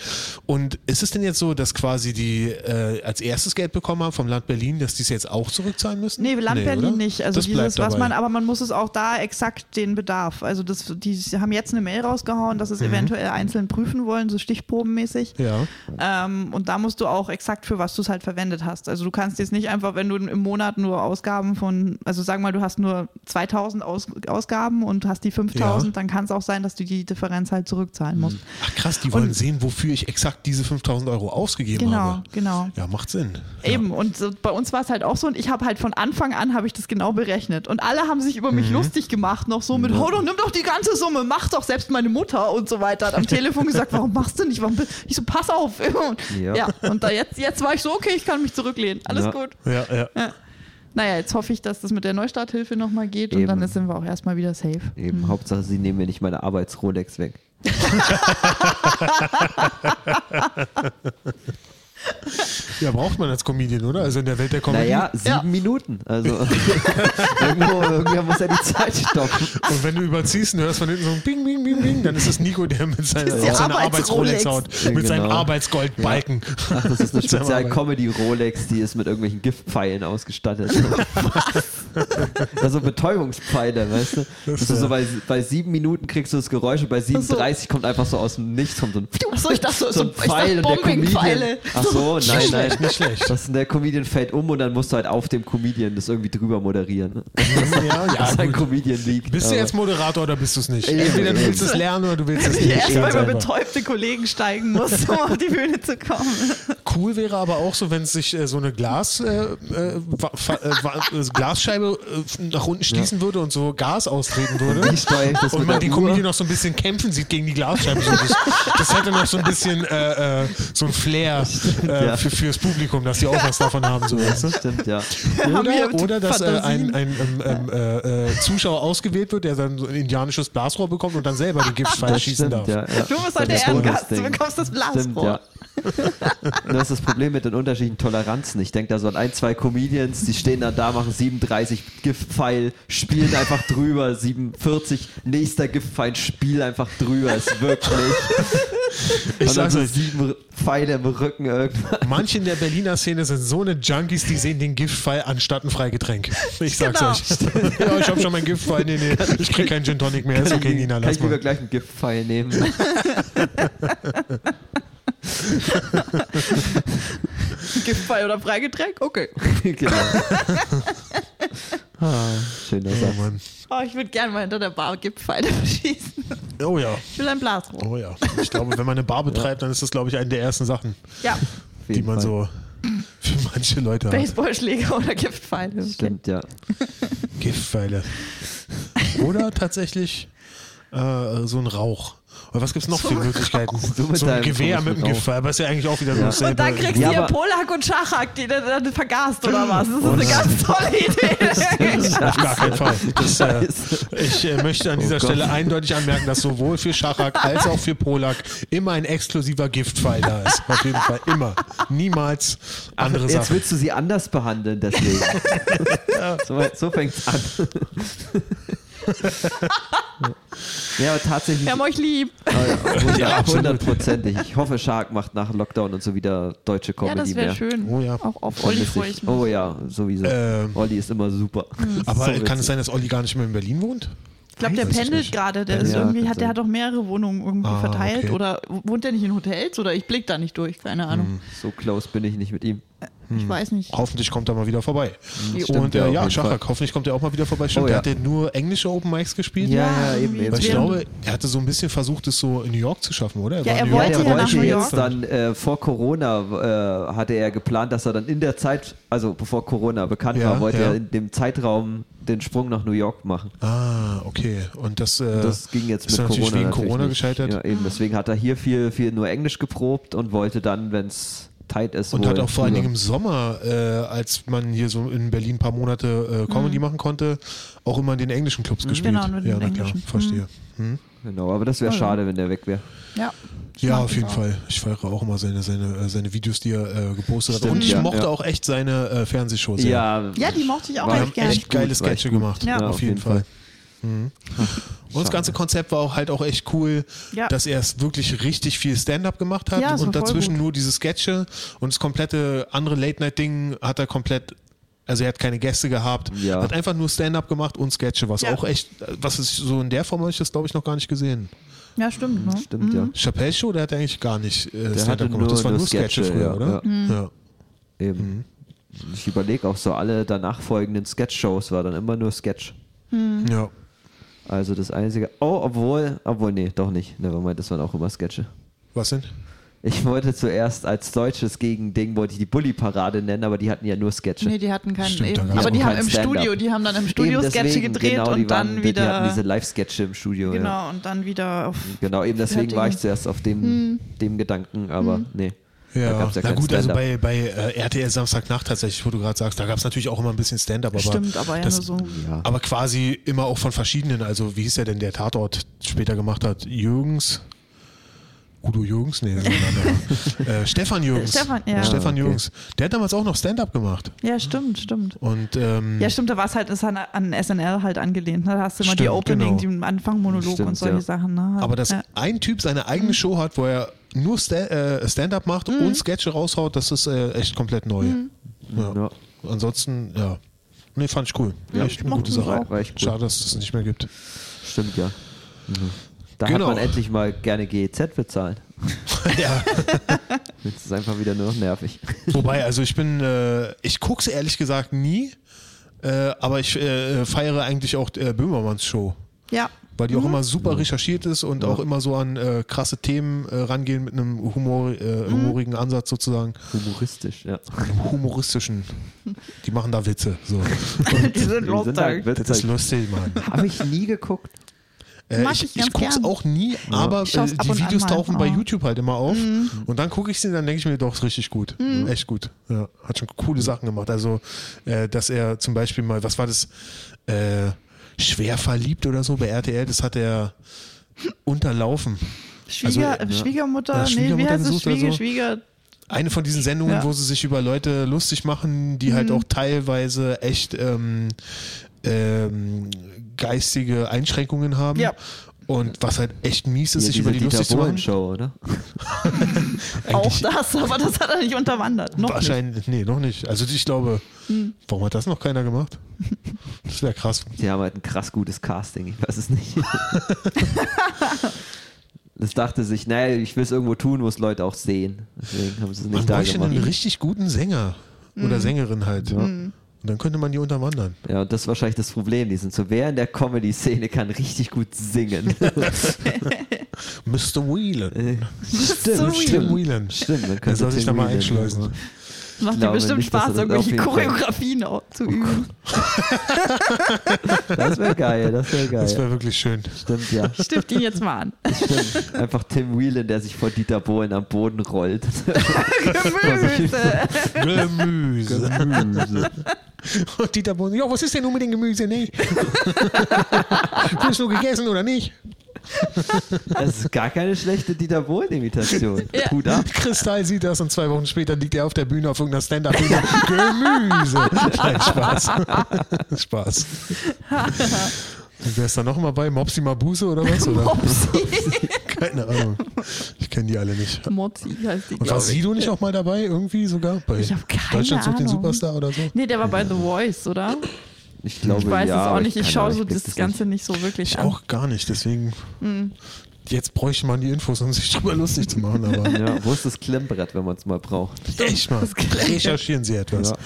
Und ist es denn jetzt so, dass quasi die äh, als erstes Geld bekommen haben vom Land Berlin, dass die es jetzt auch zurückzahlen müssen?
Nee, Land Berlin
oder?
nicht. Also
Das
dieses,
bleibt
was
dabei.
man, aber man muss es auch da exakt den Bedarf. Also das, die haben jetzt eine Mail rausgehauen, dass es
Mhm.
eventuell einzeln prüfen wollen, so stichprobenmäßig.
Ja.
Ähm, und da musst du auch exakt für was du es halt verwendet hast. Also du kannst jetzt nicht einfach, wenn du im Monat nur Ausgaben von, also sagen wir mal, du hast nur 2000 Aus, Ausgaben und hast die 5000,
Ja.
dann kann es auch sein, dass du die Differenz halt zurückzahlen musst.
Ach krass, die wollen
Und-
sehen, wofür ich exakt diese 5000 Euro ausgegeben
Genau,
habe.
genau.
Ja, macht Sinn.
Eben, und so, bei uns war es halt auch so, und ich habe halt von Anfang an, habe ich das genau berechnet. Und alle haben sich über mich
Mhm.
lustig gemacht, noch so mit, oh, doch, nimm doch die ganze Summe, mach doch selbst meine Mutter und so weiter. Hat am Telefon gesagt, warum machst du nicht? Warum bist Ich so, pass auf. Und, ja.
Ja.
und da jetzt, jetzt war ich so, okay, ich kann mich zurücklehnen. Alles
Ja.
gut.
Ja, ja.
Naja, jetzt hoffe ich, dass das mit der Neustarthilfe nochmal geht und
Eben.
dann sind wir auch erstmal wieder safe.
Eben, Hauptsache, sie nehmen mir nicht meine Arbeits-Rolex weg.
Ja, braucht man als Comedian, oder? Also in der Welt der Comedy.
Naja, sieben
Oh, Ja.
Minuten. Also irgendwo, irgendwer muss ja die Zeit stoppen.
Und wenn du überziehst und hörst von hinten so ein Bing, Bing, Bing, Bing, dann ist es Nico, der mit seiner,
Das ist die
auf seine Arbeits-Rolex
Arbeits-Rolex.
haut.
Ja,
Mit seinem
genau.
Arbeitsgoldbalken.
Ach, das ist eine
Mit seinem Arbeit-
Spezial-Comedy-Rolex, die ist mit irgendwelchen Giftpfeilen ausgestattet. also Betäubungspfeile, weißt du? Das ist so, bei, bei sieben Minuten kriegst du das Geräusch und bei 37 kommt einfach so aus dem Nichts kommt so ein,
Achso, ich dachte so,
so ein Pfeil und der Comedian.
Bombing-Pfeile.
Ach so, nein, nein.
Schlecht, nicht schlecht.
Das, der Comedian fällt um und dann musst du halt auf dem Comedian das irgendwie drüber moderieren. Ne?
ja,
Dass
ja,
ein
gut.
Comedian liegt.
Bist du jetzt Moderator oder bist du es nicht?
Eben,
Entweder du
eben.
willst es lernen oder du willst es nicht.
Erst
Ganz
weil man
einfach.
betäubte Kollegen steigen muss, um auf die Bühne zu kommen.
cool wäre aber auch so, wenn sich äh, so eine Glas, äh, äh, wa- fa- äh, wa- äh, Glasscheibe äh, nach unten schließen würde und so Gas austreten würde.
Wie steuere ich das
Und
mit
man
der
die
Uhr?
Comedian noch so ein bisschen kämpfen sieht gegen die Glasscheibe. So, das, das hätte noch so ein bisschen äh, äh, so ein Flair äh,
ja.
für, fürs Publikum, dass die auch was davon haben. So, weißt du?
Stimmt, ja.
Haben wir
Oder,
die
oder dass äh, ein,
Fantasien?
ein ähm, ähm, äh, äh, Zuschauer ausgewählt wird, der dann so ein indianisches Blasrohr bekommt und dann selber die Giftpfeile
Das
schießen
stimmt,
darf.
ja. ja.
Du bist heute
Das
Ehrengast, du
Bonusding.
bekommst das
Stimmt,
Blasrohr.
ja. Das ist das Problem mit den unterschiedlichen Toleranzen. Ich denke da so an ein, zwei Comedians, die stehen dann da, machen 37 Giftpfeil, spielen einfach drüber, 47, nächster Giftpfeil, spiel einfach drüber, ist wirklich. Und dann
Ich sag's
so
euch.
sieben Pfeile im Rücken irgendwann.
Manche in der Berliner Szene sind so eine Junkies, die sehen den Giftpfeil anstatt ein Freigetränk. Ich sag's
Genau.
euch. ja, ich hab schon meinen Giftpfeil. Nee, nee, ich krieg keinen Gin Tonic mehr. Ist okay, Nina,
Kann
lass
ich lieber
mal.
gleich einen Giftpfeil nehmen.
Giftfrei oder Freigetränk? Okay.
genau. ah, schöner
Oh,
Satz.
Mann.
Oh, ich würde gerne mal hinter der Bar Giftpfeile verschießen.
oh ja,
Ich will ein Blasrohr.
oh ja. Ich glaube, wenn man eine Bar betreibt, dann ist das, glaube ich, eine der ersten Sachen,
Ja,
Auf
die
jeden
man
Fall.
so für manche Leute hat.
Baseballschläger oder Giftpfeile. Okay.
Stimmt, ja.
Giftpfeile. Oder tatsächlich äh, so ein Rauch. Oder was gibt's noch für Möglichkeiten?
Du mit
So ein
deinem
Gewehr
komischen
mit einem
Rauch.
Giftpfeil, aber ist ja eigentlich auch wieder nur dasselbe.
Und dann kriegst du
Ja,
hier
aber-
Polak und Schachak, die du dann vergast oder was. Das ist
Oder-
eine ganz tolle Idee.
Auf gar keinen Fall. Das, äh,
Scheiße. Oh
ich äh, möchte an dieser
Gott.
Stelle eindeutig anmerken, dass sowohl für Schachak als auch für Polak immer ein exklusiver Giftpfeil da ist. Auf jeden Fall. Immer. Niemals andere
Jetzt
Sachen.
willst du sie anders behandeln, deswegen. so, so fängt's an. ja, aber tatsächlich. äh,
Wir haben euch lieb.
hundert-
Ja, absolut.
Hundertprozentig. ich hoffe, Shark macht nach Lockdown und so wieder deutsche
ja,
Comedy
das
mehr.
wäre schön.
Oh ja.
Auch auf
Dann
Olli
müsste
freue
ich-
ich mich.
Oh ja, sowieso.
Ähm.
Olli ist immer super.
Aber
So
kann es
witzig.
sein, dass Olli gar nicht mehr in Berlin wohnt?
Ich glaube, der
Weiß ich
pendelt
nicht.
gerade. Der, ist
Ja,
irgendwie,
kann
hat, der
sein.
hat auch mehrere Wohnungen irgendwie
Ah,
verteilt.
okay.
Oder wohnt der nicht in Hotels? Oder ich blick da nicht durch. Keine Ahnung.
So close bin ich nicht mit ihm.
Ich weiß nicht.
Hoffentlich kommt er mal wieder vorbei.
Jo.
Und
Stimmt, ja,
äh,
auf
ja,
jeden
Schachak, hoffentlich kommt er auch mal wieder vorbei. Stimmt,
Oh
der
ja.
hat ja nur englische Open Mics gespielt.
Ja, ja, eben,
irgendwie
eben.
Aber ich
während-
glaube, er hatte so ein bisschen versucht, es so in New York zu schaffen, oder?
Ja,
war
er
in New
Ja,
wollte
York
der
ja nach
wollte
New
jetzt
York.
dann äh, vor Corona äh, hatte er geplant, dass er dann in der Zeit, also bevor Corona bekannt
Ja,
war, wollte
ja.
er in dem Zeitraum den Sprung nach New York machen.
Ah, okay. Und das, äh,
Das ging jetzt
ist
mit
natürlich
Corona.
wegen
natürlich
Corona
nicht.
gescheitert.
Ja, eben. Deswegen hat er hier viel, viel nur Englisch geprobt und wollte dann, wenn es tight ist,
Und
wohl
hat auch vor allen
rüber.
Dingen im Sommer, äh, als man hier so in Berlin ein paar Monate äh, Comedy machen konnte, auch immer in den englischen Clubs gespielt.
Mhm. Genau, nur in
ja,
den
na klar,
englischen. Mhm.
verstehe.
Genau, aber
Oh
das wäre schade, wenn der weg wäre.
Ja,
Ja, auf jeden Fall. Ich feiere auch immer seine, seine, äh, seine Videos, die er äh, gepostet hat.
Stimmt,
Und ich
ja,
mochte
ja.
auch echt seine äh, Fernsehshows.
ja die mochte ich auch
War
Die
echt
haben
gerne.
echt geile
Gut, war echt
Sketche
gut.
gemacht.
Ja.
auf jeden Fall. Mhm. Und das
Schade.
ganze Konzept war auch halt auch echt cool,
Ja.
dass er es wirklich richtig viel Stand-up gemacht hat
Ja, es war
und
voll
dazwischen
gut.
nur diese Sketche und das komplette andere Late-Night-Ding hat er komplett, also er hat keine Gäste gehabt,
Ja.
hat einfach nur Stand-up gemacht und Sketche, was
Ja.
auch echt, was ist so in der Form habe ich das glaube ich noch gar nicht gesehen.
Ja, stimmt. Ne?
Stimmt, ja.
Chappelle Show, der hat eigentlich gar nicht äh,
Der hatte
Stand-up gemacht, das
nur-
waren
nur
nur
Sketche,
Sketche, früher,
ja,
oder? Ja. Mhm.
Eben. Ich überlege auch so, alle danach folgenden Sketch-Shows war dann immer nur Sketch.
Mhm.
ja.
Also das einzige. Oh, obwohl. Obwohl, nee, doch nicht. Nevermind, das waren auch immer Sketche.
Was denn?
Ich wollte zuerst als deutsches Gegending, wollte ich die Bully-Parade nennen, aber die hatten ja nur Sketche.
Nee, die hatten keinen.
Stimmt, da
eben.
gab's
aber
auch
die haben
kein
im
Stand-up.
Studio, die haben dann im Studio
Eben
Sketche
deswegen,
gedreht
genau, die
und dann
waren, die- Die hatten
wieder.
diese Live-Sketche im Studio. Ja.
genau, und dann wieder auf.
Genau, eben deswegen
Fertig. Hm.
war ich zuerst auf dem, dem Gedanken, aber nee. da
Ja,
gab's ja
na
kein
gut, also
Stand-up.
bei, bei äh, RTL Samstagnacht tatsächlich, wo du gerade sagst, da gab es natürlich auch immer ein bisschen Stand-up, aber
Stimmt, aber ja nur
das,
so.
Ja.
Aber quasi immer auch von verschiedenen. Also, wie hieß der denn, der Tatort später gemacht hat? Jürgens. Udo Jürgens? Nee, das ist ein anderer. äh, Stefan Jürgens.
Stefan, ja.
Ah,
Stefan
okay.
Jürgens. Der hat damals auch noch Stand-up gemacht.
Ja, stimmt, stimmt.
Und ähm,
Ja, stimmt, da war es halt ist an, an SNL halt angelehnt. Ne? Da hast du immer die
Stimmt,
Opening,
genau.
die Anfang-Monolog
Stimmt,
und solche
ja.
Sachen. Ne?
aber dass
ja.
ein Typ seine eigene Show hat, wo er nur Sta- äh, Stand-up macht und Sketche raushaut, das ist äh, echt komplett neu. Ja.
Ja.
Ansonsten, ja. Nee, fand ich cool.
Ja,
echt
ich
eine
mochte
gute
das
Sache.
auch. War echt cool.
Schade, dass es das nicht mehr gibt.
Stimmt, ja. Mhm. Da
Genau.
hat man endlich mal gerne GEZ bezahlt.
ja.
Jetzt ist es einfach wieder nur noch nervig.
Wobei, also ich bin, äh, ich guck's ehrlich gesagt nie, äh, aber ich äh, feiere eigentlich auch äh, Böhmermanns Show.
ja,
weil die auch immer
Mhm.
super recherchiert ist und auch immer so an äh, krasse Themen äh, rangehen mit einem Humor, äh, humorigen Ansatz sozusagen,
Humoristisch, ja.
humoristischen. Die machen da Witze. So.
Die
halt
sind lustig.
Das ist lustig, Mann.
Habe ich nie geguckt.
Äh,
Mag
ich
ich
ich,
ganz
guck's
gern.
auch nie, aber
Ich schaff's
äh,
ab
die
und an
Videos
mal
tauchen bei
einfach. Mhm.
YouTube halt immer auf. Und dann gucke ich sie und dann denke ich mir, doch, ist richtig gut. Echt gut. Ja, hat schon coole Sachen gemacht. Also, äh, dass er zum Beispiel mal, was war das? Äh, schwer verliebt oder so bei RTL, das hat er unterlaufen.
Schwieger,
Also,
äh, Schwiegermutter,
Ja,
nee, wie
Schwiegermutter
heißt es?
gesucht oder
Schwieger,
so.
Schwieger.
Eine von diesen Sendungen,
Ja. Mhm.
wo sie sich über Leute lustig machen, die halt auch teilweise echt ähm, ähm, geistige Einschränkungen haben.
Ja.
Und was halt echt mies ist,
Hier
sich über die
diese
lustig zu machen.
Show, oder?
Auch
Eigentlich-
das, aber das hat er nicht unterwandert. Noch nicht. Mhm.
Wahrscheinlich, nee, noch nicht. Also ich glaube, warum hat das noch keiner gemacht? Das wäre krass.
Die haben halt ein krass gutes Casting, ich weiß es nicht. Das dachte sich, naja, ich will es irgendwo tun, wo es Leute auch sehen. Deswegen haben sie es
Man
nicht da
bräuchte einen
gemacht.
richtig guten Sänger
Mhm.
oder Sängerin halt. Und dann könnte man die unterwandern.
Ja, und das ist wahrscheinlich das Problem. Die sind so, wer in der Comedy-Szene kann richtig gut singen?
Mr. Whelan.
Äh,
so
stimmt,
Tim
stimmt.
Whelan.
Stimmt, man
Der
könnte
soll sich
Tim
da mal
Whelan-
einschleusen.
Macht dir
glaube
bestimmt
nicht, dass
Spaß,
er das auf
irgendwelche
jeden Fall-
Choreografien au- zu üben.
Das wäre geil, das wäre geil.
Das wäre wirklich schön.
stimmt, ja.
Stift ihn jetzt mal an.
Stimmt. Einfach Tim Whelan, der sich vor Dieter Bohlen am Boden rollt.
Gemüse.
Gemüse. Und Dieter Bohlen, ja, was ist denn nun mit dem Gemüse? Nee. Hast du gegessen oder nicht?
Das ist gar keine schlechte Dieter Bohlen-Imitation.
Ja.
Hut ab.
Kristall sieht das und zwei Wochen später liegt er auf der Bühne auf irgendeiner Stand-Up-Bühne. Gemüse. Nein, Spaß. Spaß. Wer ist da noch mal bei? Mopsi Mabuse oder was? Oder?
Mopsi.
Keine Ahnung. Ich kenne die alle nicht.
Mopsi heißt die,
Und war
glaub ich.
Sido nicht auch mal dabei? Irgendwie sogar? Bei
Ich hab keine
Deutschland sucht den
Ahnung.
Superstar oder so?
Nee, der war bei The Voice, oder?
Ich glaube,
Ich weiß
ja,
es auch
aber
nicht. Ich
kann-
schaue
aber
so
blick
das
das
Ganze nicht so wirklich
Ich
an.
auch gar nicht. Deswegen,
Hm.
jetzt bräuchte man die Infos, um sich drüber lustig zu machen. Aber
nicht. Ja, wo ist das Klemmbrett, wenn man es mal braucht?
echt mal, recherchieren Sie etwas.
Ja.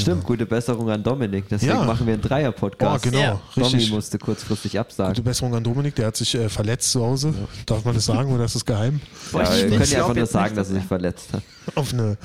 Stimmt, gute Besserung an Dominik. Deswegen
Ja.
machen wir einen
Oh,
Dreier-Podcast.
genau.
Ja.
Domi
Richtig.
musste kurzfristig
Gute
absagen.
Besserung an Dominik, der hat sich äh, verletzt zu Hause. Darf man das sagen oder ist das geheim?
Boah, ich
ja, wir
glaub
können ja einfach
jetzt
nur
nicht,
sagen, dass er sich verletzt hat.
Auf eine,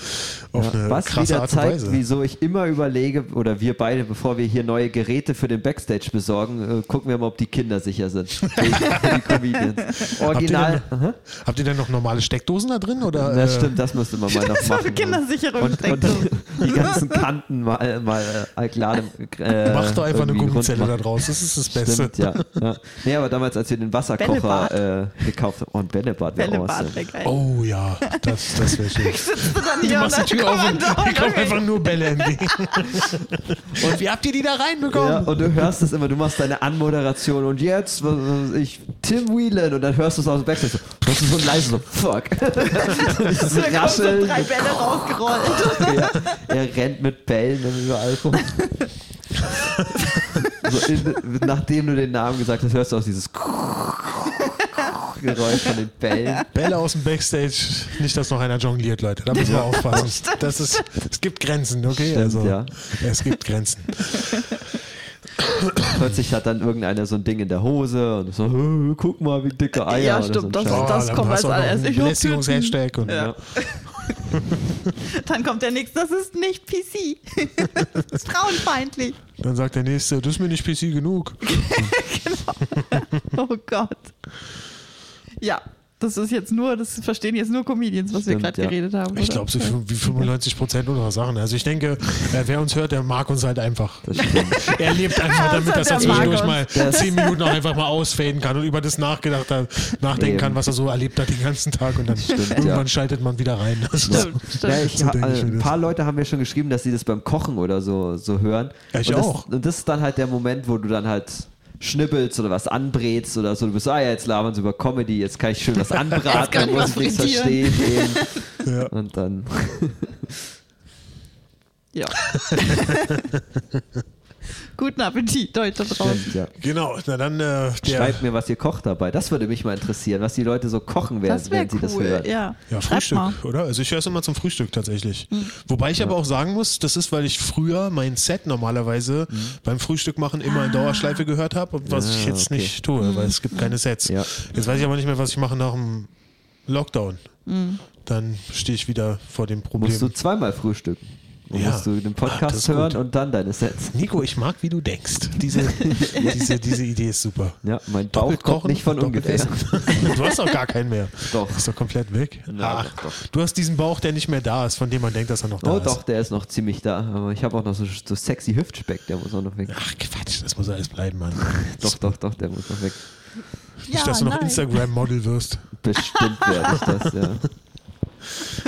auf eine
Was
krasse
wieder
Art und
zeigt,
Weise.
wieso ich immer überlege, oder wir beide, bevor wir hier neue Geräte für den Backstage besorgen, äh, gucken wir mal, ob die Kinder sicher sind. Für die- für die Comedians. Original.
Habt ihr, denn, habt ihr denn noch normale Steckdosen da drin? Oder,
Das
äh,
stimmt, das müsste man mal noch
war für
machen.
Kindersichere
und, und
Steckdose.
die ganzen Kanten mal, mal äh, gerade. Äh,
Mach doch einfach eine
irgendwie
Gummizelle
rund
da
machen.
draus, das ist das Beste.
Stimmt, ja. ja. Nee, aber damals, als wir den Wasserkocher äh, gekauft haben, oh, ein Bällebad wäre
Bällebad
awesome.
wäre geil.
Oh ja, das, das wäre schön.
Sitzt du dann hier
Du
und
machst die
dann
Tür auf
kommt
und
man da
hier kommen
rein.
einfach nur Bälle entgegen. Und wie habt ihr die da reinbekommen?
Ja, und du hörst es immer, du machst deine Anmoderation und jetzt, was weiß ich, Tim Whelan und dann hörst du es aus dem Backstage so, das ist so ein leises so, fuck. Dieses
Da kommen so
Rascheln.
drei Bälle rausgerollt.
Ja, er rennt mit Bällen dann überall rum. So in, nachdem du den Namen gesagt hast, hörst du auch dieses Geräusch von den Bällen.
Bälle aus dem Backstage, nicht, dass noch einer jongliert, Leute. Da müssen wir aufpassen. Das ist, es gibt Grenzen, okay?
Stimmt,
also,
ja.
Es gibt Grenzen.
Plötzlich hat dann irgendeiner so ein Ding in der Hose und so, "Hö, guck mal, wie dicke Eier.
Ja,
oder so ein
stimmt, das-
Scheiß.
das
dann
kommt
hast du
als
auch noch
alles.
einen
Ich hab
Belästigungs-Hashtag. Und
Ja. Dann kommt der nächste, das ist nicht PC. Das ist frauenfeindlich.
dann sagt der Nächste, das ist mir nicht PC genug.
Oh Gott. Ja, das ist jetzt nur, das verstehen jetzt nur Comedians, was
Stimmt,
wir gerade
ja.
geredet haben.
Ich
oder?
glaube, so fün- wie 95 Prozent unserer Sachen. Also ich denke, äh, wer uns hört, der mag uns halt einfach.
Das stimmt.
Er lebt einfach damit,
Also,
dass er
der mag
zwischendurch
uns.
mal zehn Minuten auch einfach mal ausfaden kann und über das nachgedacht hat, nachdenken
Eben.
kann, was er so erlebt hat den ganzen Tag und dann irgendwann
ja.
schaltet man wieder rein. Das ist-
Stimmt, stimmt.
Ja, ich
So
hab,
denke ich
äh,
mir
ein
das.
paar Leute haben mir schon geschrieben, dass sie das beim Kochen oder so, so hören.
Ja, ich
und das,
auch.
Und das ist dann halt der Moment, wo du dann halt schnibbelst oder was anbrätst oder so. Du bist, ah ja, jetzt labern sie über Comedy, jetzt kann ich schön was
Jetzt kann
anbraten,
ich
muss
was
ich nichts
frittieren.
verstehen. Eben.
Ja.
Und dann,
Ja. Guten Appetit, Leute draußen.
Stimmt, ja.
Genau, na dann äh, der,
Schreibt mir, was ihr kocht dabei. Das würde mich mal interessieren, was die Leute so kochen werden,
Das wäre
wenn sie das
cool,
hören.
ja.
ja,
Schreibt mal.
Frühstück, oder? Also ich höre es immer zum Frühstück tatsächlich. Wobei ich aber auch sagen muss, das ist, weil ich früher mein Set normalerweise
Hm.
beim Frühstück machen immer in Dauerschleife gehört habe und was
Ah,
ich jetzt
okay.
nicht tue, weil es gibt keine Sets.
Ja.
Jetzt weiß ich aber nicht mehr, was ich mache nach dem Lockdown. Dann stehe ich wieder vor dem Problem.
Musst du zweimal frühstücken. Und
Ja.
musst du den
Ah,
Podcast
das ist
hören
gut.
und dann deine Sets.
Nico, ich mag, wie du denkst. Diese, diese, diese Idee ist super.
Ja, mein Bauch
Doppelt
kommt
kochen,
nicht von
doppelt
ungefähr.
essen. Du hast doch gar keinen mehr.
Doch.
Ist doch komplett weg.
Na,
Ach,
doch, doch.
Du hast diesen Bauch, der nicht mehr da ist, von dem man denkt, dass er noch da
Oh
ist.
doch, der ist noch ziemlich da. Aber ich habe auch noch so, so sexy Hüftspeck, der muss auch noch weg.
Ach Quatsch, das muss alles bleiben, Mann.
Doch, doch, doch, der muss noch weg.
Nicht, dass du noch
nein.
Instagram-Model wirst.
Bestimmt werde ich das, ja.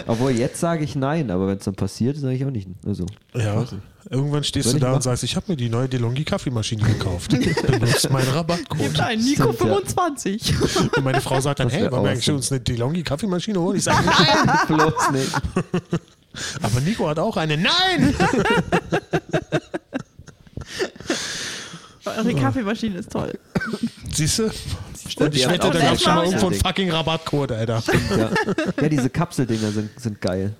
Obwohl, jetzt sage ich nein, aber wenn es dann passiert, sage ich auch nicht. Also,
Ja. Irgendwann stehst
Soll
du
ich
da
machen?
und sagst, ich habe mir die neue DeLonghi-Kaffeemaschine gekauft. Benutzt meinen
Gibt
Rabattcode.
einen Nico
Stimmt, ja.
25.
Und meine Frau sagt dann,
Das
hey,
wär
wollen wir eigentlich
awesome.
uns eine DeLonghi-Kaffeemaschine holen? Ich sage, nein.
bloß nicht.
Aber Nico hat auch eine. Nein!
Eure Kaffeemaschine ist toll.
Siehst du?
Und
Ich
die haben
wette,
auch
da
das
gab schon mal
Maus-
irgendwo einen
Ding.
fucking Rabattcode, Alter.
Ja. ja, diese Kapseldinger sind, sind geil.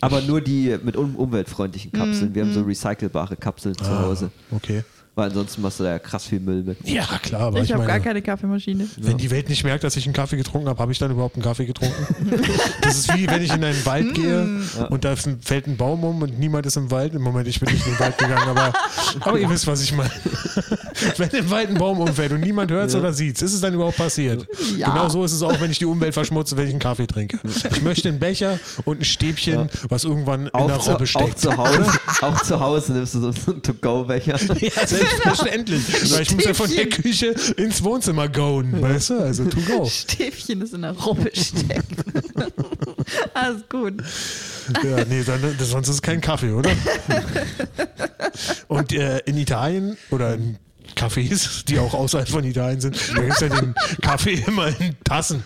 Aber nur die mit um umweltfreundlichen Kapseln. Wir haben so recycelbare Kapseln zu Hause.
Okay.
Weil ansonsten machst du da ja krass viel Müll mit.
Ah. Ja, klar, aber ich,
Ich habe
meine,
gar keine Kaffeemaschine.
wenn die Welt nicht merkt, dass ich einen Kaffee getrunken habe, habe ich dann überhaupt einen Kaffee getrunken? das ist wie, wenn ich in einen Wald gehe und da fällt ein Baum um und niemand ist im Wald. Im Moment, ich bin nicht in den Wald gegangen, aber, aber ihr wisst, was ich meine. wenn im Wald ein Baum umfällt und niemand hört es oder sieht es, ist es dann überhaupt passiert?
Ja.
Genau so ist es auch, wenn ich die Umwelt verschmutze, wenn ich einen Kaffee trinke. Ich möchte einen Becher und ein Stäbchen, was irgendwann in der
Auch
Robbe
zu, auch
steckt.
zu Hause, auch zu Hause nimmst du so so einen To-Go-Becher.
Ja, selbstverständlich. Weil ich muss ja von der Küche ins Wohnzimmer goen, weißt du? Also to go.
Stäbchen ist in der Robbe steckt. Alles gut.
Ja, nee, dann, das- sonst ist es kein Kaffee, oder? Und äh, in Italien oder in Cafés, die auch außerhalb von Italien sind, da gibt es ja den Kaffee immer in Tassen.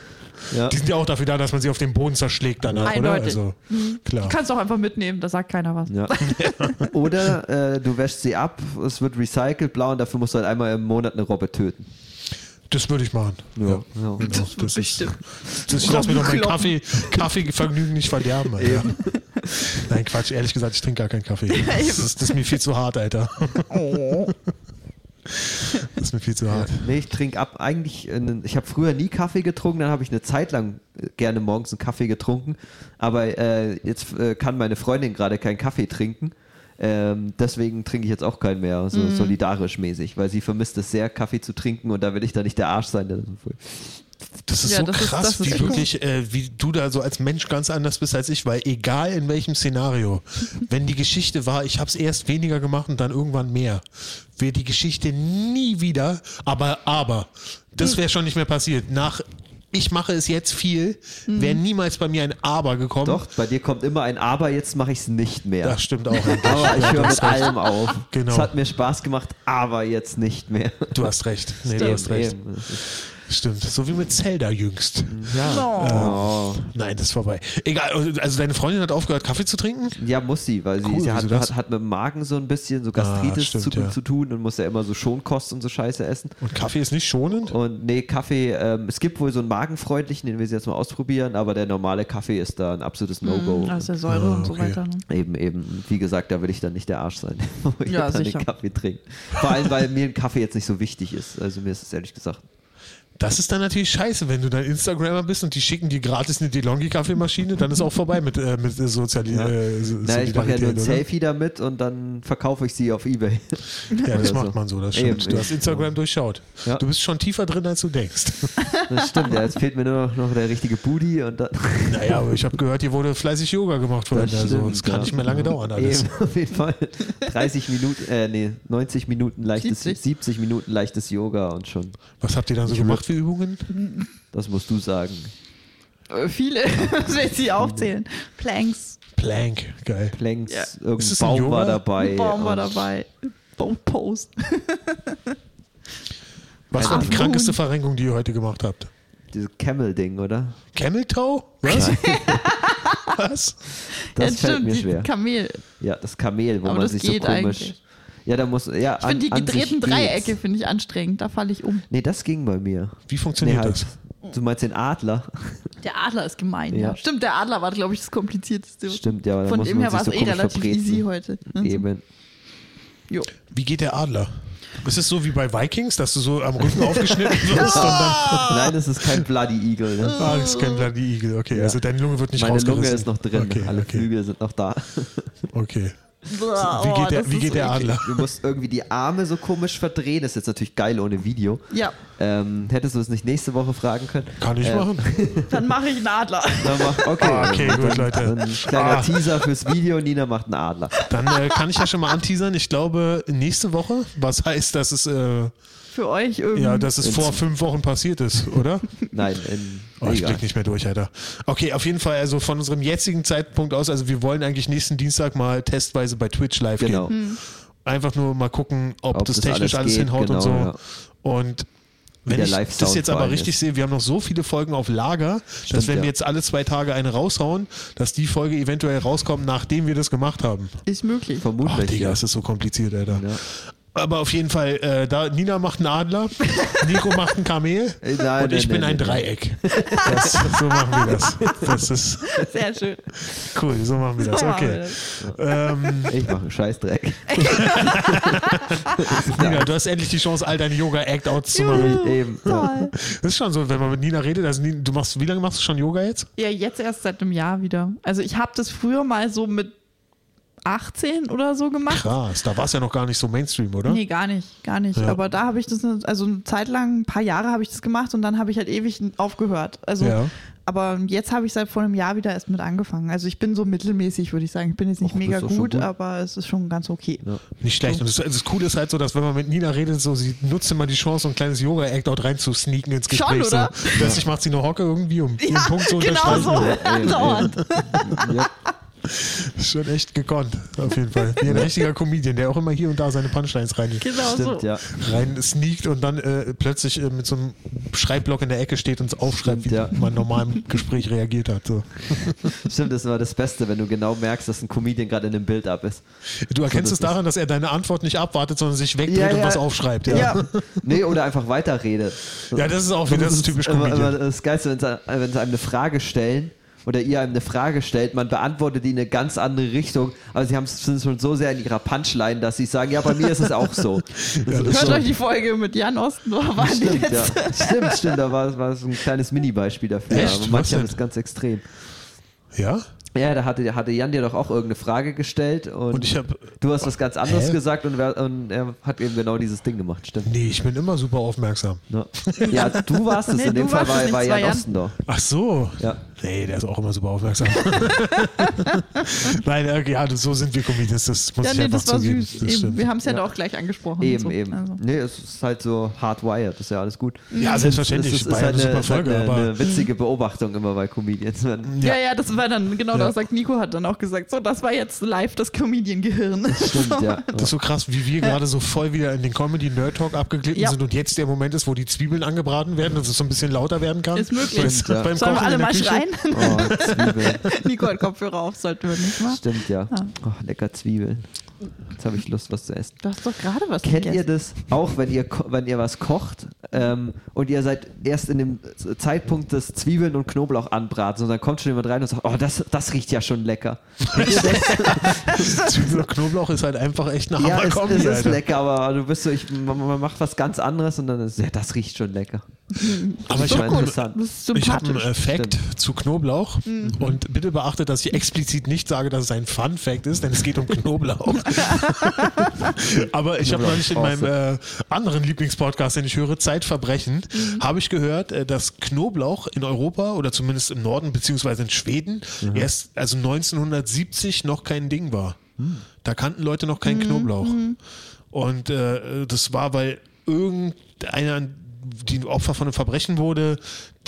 Ja.
Die sind ja auch dafür da, dass man sie auf den Boden zerschlägt danach, oder?
Eindeutig. Mhm.
Also, klar.
Kannst auch einfach mitnehmen, da sagt keiner was.
Ja. Oder äh, du wäschst sie ab, es wird recycelt, blau und dafür musst du halt einmal im Monat eine Robbe töten.
Das würde ich machen.
Ja. Ja.
Genau, das ist,
Bestimmt.
Das, ich lasse mir doch mein
Kloppen.
Kaffee, Kaffeevergnügen nicht verderben, Alter. Nein, Quatsch, ehrlich gesagt, ich trinke gar keinen Kaffee. Das ist, das ist mir viel zu hart, Alter. Das ist mir viel zu hart.
Nee, ich trinke ab eigentlich, einen, ich habe früher nie Kaffee getrunken, dann habe ich eine Zeit lang äh, gerne morgens einen Kaffee getrunken, aber äh, jetzt äh, kann meine Freundin gerade keinen Kaffee trinken. Ähm, deswegen trinke ich jetzt auch keinen mehr, so solidarisch mäßig, weil sie vermisst es sehr, Kaffee zu trinken und da will ich da nicht der Arsch sein. Der
Das ist
Ja,
so
das ist-
krass,
das ist
wie
echt
wirklich, äh, wie du da so als Mensch ganz anders bist als ich, weil egal in welchem Szenario, wenn die Geschichte war, ich habe es erst weniger gemacht und dann irgendwann mehr, wäre die Geschichte nie wieder, aber, aber,
Hm.
das wäre schon nicht mehr passiert. Nach ich mache es jetzt viel,
Hm.
wäre niemals bei mir ein Aber gekommen.
Doch, bei dir kommt immer ein Aber, jetzt mache ich es nicht mehr.
Das stimmt auch. eigentlich.
aber ich
Ja, du
höre
hast
mit
recht.
allem auf.
Genau.
Es hat mir Spaß gemacht, aber jetzt nicht mehr.
Du hast recht. Nee, du hast recht.
Eben, das ist-
Stimmt. So wie mit Zelda jüngst. Ähm,
Ja. Oh.
Nein, das ist vorbei. Egal, also deine Freundin hat aufgehört, Kaffee zu trinken?
Ja, muss sie, weil sie,
Cool,
sie hat,
wieso das? Ah,
hat, hat mit dem Magen so ein bisschen so Gastritis
stimmt,
zu,
ja.
zu tun und muss ja immer so Schonkost und so Scheiße essen.
Und Kaffee ist nicht schonend?
Und nee, Kaffee, ähm, es gibt wohl so einen magenfreundlichen, den wir sie jetzt mal ausprobieren, aber der normale Kaffee ist da ein absolutes
Mhm,
No-Go.
Aus der Säure und so
okay.
weiter. ne?
Eben, eben. Wie gesagt, da will ich dann nicht der Arsch sein, wo ich
Ja,
dann
sicher.
den Kaffee trinke. Vor allem, weil mir ein Kaffee jetzt nicht so wichtig ist. Also mir ist es ehrlich gesagt.
Das ist dann natürlich scheiße, wenn du dann Instagrammer bist und die schicken dir gratis eine DeLonghi-Kaffeemaschine, dann ist auch vorbei mit, äh, mit äh, Sozial äh, so
Na, ich mache ja nur ne? ein
Solidarität,
Selfie damit und dann verkaufe ich sie auf Ebay.
oder? Ja, das
oder
macht
so.
man so, das
Also. Eben,
stimmt. Du
eben.
hast Instagram durchschaut.
Ja.
Du bist schon tiefer drin, als du denkst.
Das stimmt, ja, jetzt fehlt mir nur noch, noch der richtige Booty und dann.
Naja, aber ich habe gehört, hier wurde fleißig Yoga gemacht vorhin.
Das
Also,
stimmt,
das kann
ja.
nicht mehr lange dauern alles.
Eben, auf jeden Fall. 30 Minuten, äh, nee, 90 Minuten leichtes,
70.
70, Minuten leichtes Yoga und schon.
Was habt ihr dann so gemacht für Übungen?
Das musst du sagen.
Äh, Viele, das will ich sie aufzählen. Planks,
Plank, geil.
Planks,
Ja.
Ist
irgendein
das ein
Baum
Yoga?
war dabei.
ein Baum war
und-
dabei, Baumpost.
Was war die
Ach,
krankeste
nun.
Verrenkung, die ihr heute gemacht habt?
Dieses Camel-Ding, oder?
Camel Toe? Was? Was?
Das
Ja,
fällt
stimmt,
mir
die
schwer.
Kamel.
Ja, das Kamel, wo
Aber
man
das
sich so
geht
komisch.
eigentlich.
Ja, da muss. Ja,
Ich finde die gedrehten Dreiecke finde ich anstrengend. Da falle ich um.
Nee, das ging bei mir.
Wie funktioniert
halt,
das?
Du meinst den Adler?
Der Adler ist gemein. Ja.
Ja.
Stimmt, der Adler war, glaube ich, das komplizierteste.
Stimmt, ja, aber da
Von
muss
dem
man
her
sich
war es
so
eh
komisch
relativ
verbrezeln.
easy heute. ne?
Eben.
Jo.
Wie geht der Adler? Ist es so wie bei Vikings, dass du so am Rücken aufgeschnitten wirst und dann.
Nein, das ist kein Bloody Eagle. Ne?
Ah, das ist kein Bloody Eagle. Okay, also deine Lunge wird nicht
Meine
rausgerissen.
Lunge ist noch drin.
Okay,
Alle
okay,
Flügel sind noch da.
okay.
Boah,
Wie
oh,
geht der,
das
wie
ist
geht der
eklig.
Adler?
Du musst irgendwie die Arme so komisch verdrehen. Das ist jetzt natürlich geil ohne Video.
Ja,
Ähm, hättest du es nicht nächste Woche fragen können?
Kann ich
Äh,
machen.
dann mache ich einen Adler.
Dann mach, okay.
Ah, okay, gut, Leute.
Ein kleiner
Ah.
Teaser fürs Video. Nina macht einen Adler.
Dann äh, kann ich ja schon mal anteasern. Ich glaube, nächste Woche, was heißt, dass es, äh,
Für euch irgendwie.
ja, dass es
Hm. Ins-
vor fünf Wochen passiert ist, oder?
Nein, in,
Oh, ich
egal.
blick nicht mehr durch, Alter. Okay, auf jeden Fall, also von unserem jetzigen Zeitpunkt aus, also wir wollen eigentlich nächsten Dienstag mal testweise bei Twitch live
Genau.
gehen. Einfach nur mal gucken, ob,
Ob
das
das
technisch alles,
alles geht,
hinhaut und so.
genau, ja.
Und wenn
der
ich
Live-Sound
das jetzt
vor
aber
allem
richtig
ist.
sehe, wir haben noch so viele Folgen auf Lager, dass
Stimmt,
wenn
ja.
wir jetzt alle zwei Tage eine raushauen, dass die Folge eventuell rauskommt, nachdem wir das gemacht haben.
Ist möglich.
Ach,
Vermutlich.
Digga,
ja.
das ist so kompliziert, Alter.
Ja.
Aber auf jeden Fall, äh, da, Nina macht einen Adler, Nico macht ein Kamel
Äh, nein,
und ich
nein,
bin
nein, nein,
ein
nein.
Dreieck. Das, so machen wir das. Das ist
Sehr schön. Oh,
cool, so machen wir das.
So machen wir
Okay.
das.
Ähm,
Ich mache einen Scheißdreck.
Nina, du hast endlich die Chance, all deine Yoga-Act-Outs zu machen.
Juhu. Eben,
Toll.
Das ist schon so, wenn man mit Nina redet, also Nina, du machst, wie lange machst du schon Yoga jetzt?
Ja, jetzt erst seit einem Jahr wieder. Also ich habe das früher mal so mit 18 oder so gemacht.
Krass, da war es ja noch gar nicht so Mainstream, oder?
Nee, gar nicht, gar nicht.
Ne? Ja.
Aber da habe ich das, ne- also eine Zeit lang, ein paar Jahre habe ich das gemacht und dann habe ich halt ewig aufgehört. Also,
Ja.
aber jetzt habe ich seit vor einem Jahr wieder erst mit angefangen. Also ich bin so mittelmäßig, würde ich sagen. Ich bin jetzt nicht
Och, das
mega
ist doch schon
gut,
gut.
aber es ist schon ganz okay.
Ja.
Nicht schlecht. Und das, das Coole ist halt so, dass wenn man mit Nina redet, so sie nutzt immer die Chance, so ein kleines Yoga-Act-Out reinzusneaken ins
Schon,
Gespräch.
oder?
So, dass ich macht sie eine Hocke irgendwie, um den
Ja,
Punkt zu
genau
unterstreichen.
so. Andauernd.
Ja,
Ist schon echt gekonnt, auf jeden Fall. Wie ein richtiger Comedian, der auch immer hier und da seine Punchlines rein,
Genau
stimmt,
so.
ja.
rein sneakt und dann äh, plötzlich äh, mit so einem Schreibblock in der Ecke steht und aufschreibt,
Stimmt, ja.
wie man normal im Gespräch reagiert hat. So.
Stimmt, das war das Beste, wenn du genau merkst, dass ein Comedian gerade in einem Build-Up ist.
Du erkennst
das
es daran, dass er deine Antwort nicht abwartet, sondern sich wegdreht
Ja,
und
ja.
was aufschreibt. Ja.
Ja. Nee, oder einfach weiterredet.
Ja, das ist auch wieder- das ist typisch
immer,
Comedian.
immer das Geilste, wenn sie, wenn sie einem eine Frage stellen oder ihr einem eine Frage stellt, man beantwortet die in eine ganz andere Richtung, aber sie haben sind schon so sehr in ihrer Punchline, dass sie sagen, ja, bei mir ist es auch so. Das ist
Hört
so-
euch die Folge mit Jan Osten, wo waren die
Stimmt, ja.
jetzt?
stimmt, stimmt, da war, war so ein kleines Mini-Beispiel dafür.
Echt?
Aber
Was
manche
denn?
haben das ganz extrem.
ja?
Ja, da hatte, hatte Jan dir doch auch irgendeine Frage gestellt und,
Und ich hab-
du hast was ganz anderes
Hä?
gesagt und, wer- und er hat eben genau dieses Ding gemacht, stimmt.
Nee, ich bin immer super aufmerksam.
Ja, Ne? ja du warst es.
Nee,
In dem
du
Fall
warst
war,
es nicht,
war
es war
Jan
Jan.
Ostendorf.
Ach so.
Ja.
Nee, der ist auch immer super aufmerksam. Nein, okay, ja, das- so sind wir Comedians, das muss
Ja,
ich
nee,
einfach
das war
zugeben.
süß.
Das
eben.
stimmt.
Wir haben es ja, auch gleich angesprochen. und
Eben,
so.
eben.
Also.
Nee, es ist halt so hardwired, ist ja alles gut.
Ja, selbstverständlich.
Es ist, es
Bayern
ist halt
ist
eine,
super
es ist halt
Folge,
eine,
aber-
eine witzige Beobachtung immer bei Comedians. Wenn,
Ja. ja, das war dann, genau
Ja.
das sagt Nico, hat dann auch gesagt, so, das war jetzt live das Comedian-Gehirn.
stimmt, ja.
Das ist so krass, wie wir gerade so voll wieder in den Comedy-Nerd-Talk abgeglitten
Ja.
sind und jetzt der Moment ist, wo die Zwiebeln angebraten werden, dass es so ein bisschen lauter werden kann.
Ist möglich.
Weißt du,
Stimmt, ja.
beim
Sollen wir
Kochen
alle
in der
mal
Küche.
schreien?
Oh, Zwiebeln.
Nico hat Kopfhörer auf, sollten wir nicht mal.
Stimmt, ja.
Ja.
Oh, lecker Zwiebeln. Jetzt habe ich Lust, was zu essen.
Du hast doch gerade was
Kennt ihr
gegessen.
das auch, wenn ihr, ko- wenn ihr was kocht ähm, und ihr seid erst in dem Zeitpunkt des Zwiebeln und Knoblauch anbraten und dann kommt schon jemand rein und sagt, oh, das, das riecht ja schon lecker.
Zwiebeln und Knoblauch ist halt einfach echt eine
Ja, es,
Hammer-Kombi,
es ist
Alter.
lecker, aber du bist so, ich, man, man macht was ganz anderes und dann ist, ja, das riecht schon lecker.
Aber ich
Schon
hab-
interessant.
Das ist
Ich habe einen
sympathisch.
äh, Fact zu Knoblauch und bitte beachtet, dass ich explizit nicht sage, dass es ein Fun Fact ist, denn es geht um Knoblauch. Aber ich habe neulich in meinem äh, anderen Lieblingspodcast, den ich höre, Zeitverbrechen, habe ich gehört, äh, dass Knoblauch in Europa oder zumindest im Norden beziehungsweise in Schweden erst also 1970 noch kein Ding war. Da kannten Leute noch keinen Knoblauch. Und äh, das war, weil irgendeiner, die Opfer von einem Verbrechen wurde,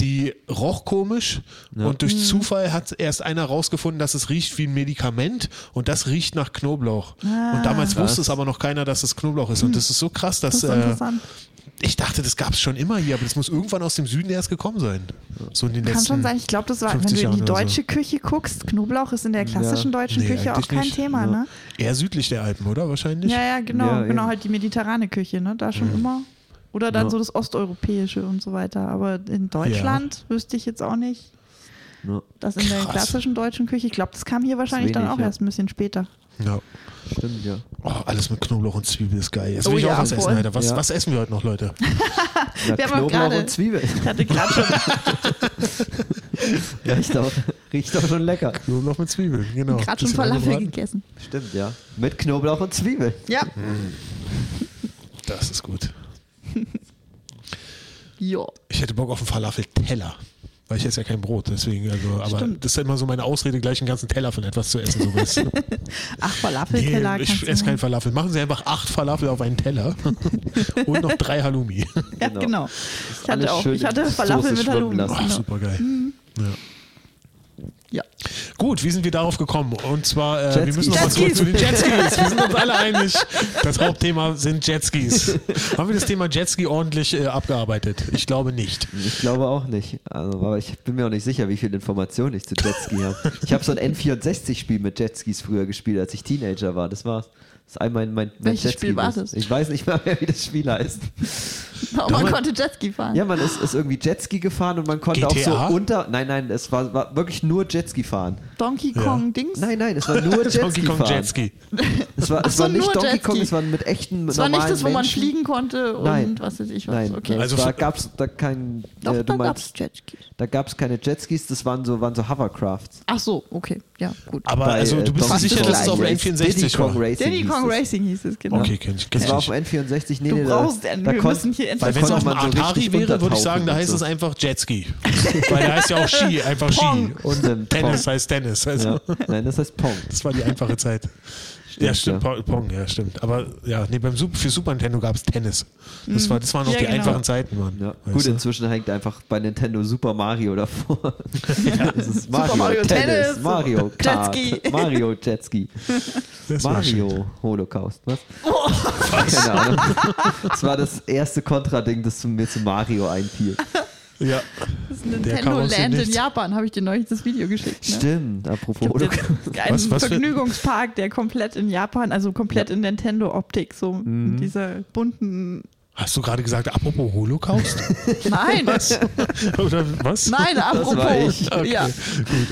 die roch komisch und
Mhm.
durch Zufall hat erst einer rausgefunden, dass es riecht wie ein Medikament und das riecht nach
Ah.
Knoblauch. Und damals wusste es aber noch keiner, dass es Knoblauch ist. Und das ist so krass, dass
Hm. Das ist
äh,
interessant.
ich dachte, das gab es schon immer hier, aber das muss irgendwann aus dem Süden erst gekommen sein. So in den
Kann
letzten
schon sein. Ich glaube, das war, wenn
50
du in die
Jahren oder
deutsche Küche guckst, Knoblauch ist in der klassischen deutschen
Nee,
Küche auch
eigentlich
kein
nicht.
Thema,
Ja.
ne?
eher südlich der Alpen, oder? Wahrscheinlich.
Ja, ja, genau.
Ja,
genau,
eben.
halt die mediterrane Küche, ne? Da schon immer. Oder dann
Ja.
so das osteuropäische und so weiter. Aber in Deutschland wüsste ich jetzt auch nicht,
Ja,
dass in der
Krass.
klassischen deutschen Küche, ich glaube, das kam hier wahrscheinlich dann
wenig,
auch
ja.
erst ein bisschen später.
Ja.
stimmt, ja.
Oh, alles mit Knoblauch und Zwiebel ist geil. Jetzt will
Oh
ich
ja,
auch was essen,
voll.
Alter. Was,
Ja.
was essen wir heute noch, Leute?
ja
Wir haben auch
Knoblauch
gerade-
und Zwiebel.
Ich hatte gerade schon
Riecht auch, riecht auch schon lecker.
Knoblauch mit Zwiebeln, genau.
gerade schon
Bisschen
Falafel
angebraten.
gegessen.
Stimmt, ja. Mit Knoblauch und Zwiebeln.
Ja.
Das ist gut.
Jo.
Ich hätte Bock auf einen Falafel-Teller. Weil ich esse ja kein Brot, deswegen, also, aber
Stimmt.
das ist immer so meine Ausrede, gleich einen ganzen Teller von etwas zu essen. So was.
Ach,
nee,
Falafelteller. kannst
ich
du
esse kein
machen.
Falafel. Machen Sie einfach acht Falafel auf einen Teller und noch drei Halloumi.
Ja,
Genau.
genau. Ich hatte
alles
auch.
schön
Ich
in
hatte
Soße
Falafel mit
schwimmen
Halloumi.
lassen.
Ach,
Genau.
super geil. Ja.
Ja.
Gut, wie sind wir darauf gekommen? Und zwar, äh, wir
Jetskis.
müssen noch mal zurück
Jetskis.
zu den Jetskis. Wir sind uns alle einig, das Hauptthema sind Jetskis. Haben wir das Thema Jetski ordentlich äh, abgearbeitet? Ich glaube nicht.
Ich glaube auch nicht. Also, aber ich bin mir auch nicht sicher, wie viel Informationen ich zu Jetski habe. Ich habe so ein N64-Spiel mit Jetskis früher gespielt, als ich Teenager war. Das war's. Das ist einmal mein, mein
Welches
Jetski
Spiel war
gewesen.
das?
Ich weiß nicht mehr, wie das Spiel heißt.
Aber man konnte Jetski fahren.
Ja, man ist, ist irgendwie Jetski gefahren und man konnte
GTA?
auch so unter. Nein, nein, es war, war wirklich nur Jetski fahren.
Donkey
Ja.
Kong Dings.
Nein, nein, es war nur Jetski
Donkey Kong
fahren.
Jetski.
Es war,
Ach
es
so,
war nicht
nur
Donkey
Jetski.
Kong, es war mit echten
Es war
normalen
nicht das, wo man
Menschen.
fliegen konnte und
Nein.
was weiß ich was.
Nein,
okay.
Also
also da
für-
gab es da kein.
Doch,
äh, du
da gab
meinst,
es Jetski.
da gab es keine Jetskis, das waren so, waren so Hovercrafts.
Ach so, okay. Ja, gut.
Aber
äh,
also, du bist dir
Donkey
sicher, dass es
Kong
auf dem
dem Diddy
N64
Kong
war?
Racing.
Diddy
hieß
Kong
es.
Racing hieß es, genau.
Okay, kenn ich. Kenn
Das war auf
ich.
dem
nicht.
N64, nee,
Du
nee,
brauchst
da,
einen,
da
wir
konnt-
müssen hier
da
entscheiden.
Wenn es
konnte
auf dem
man so
Atari
richtig
wäre, würde ich
untertauchen
sagen, da
und
heißt
so.
es einfach Jetski. Weil da heißt ja auch Ski, einfach Ski.
Pong.
Und
Stimmt,
Tennis
ähm, Pong.
heißt Tennis. Also,
Ja. Nein, das heißt Pong.
Das war die einfache Zeit. ja, stimmt,
ja.
Pong- Pong, ja, stimmt. Aber ja, nee, beim Super, für Super Nintendo gab es Tennis. Das, war, das waren noch
Ja,
die
genau.
einfachen Zeiten, Mann.
Ja.
Weißt
Gut,
du?
inzwischen hängt einfach bei Nintendo Super Mario davor. Das ist Mario,
Mario
Tennis,
Tennis,
Mario Kart,
Jetski.
Mario Jetski,
Das war
Mario Holocaust. Was?
Oh.
Keine Ahnung. Das war das erste Kontrading, das zu- mir zu Mario einfiel.
schön. Ja.
Das ist
kam
Nintendo
aus dem
Land in
Nichts.
Japan, habe ich dir neulich das Video geschickt. Ne?
Stimmt, apropos
Der-
Holocaust.
Ein
Was- was für-
Vergnügungspark, der komplett in Japan, also komplett in Nintendo-Optik, so
Mhm.
mit dieser bunten.
Hast du gerade gesagt, apropos Holocaust?
Nein,
Oder was?
nein, apropos.
war ich.
Okay,
Ja.
gut.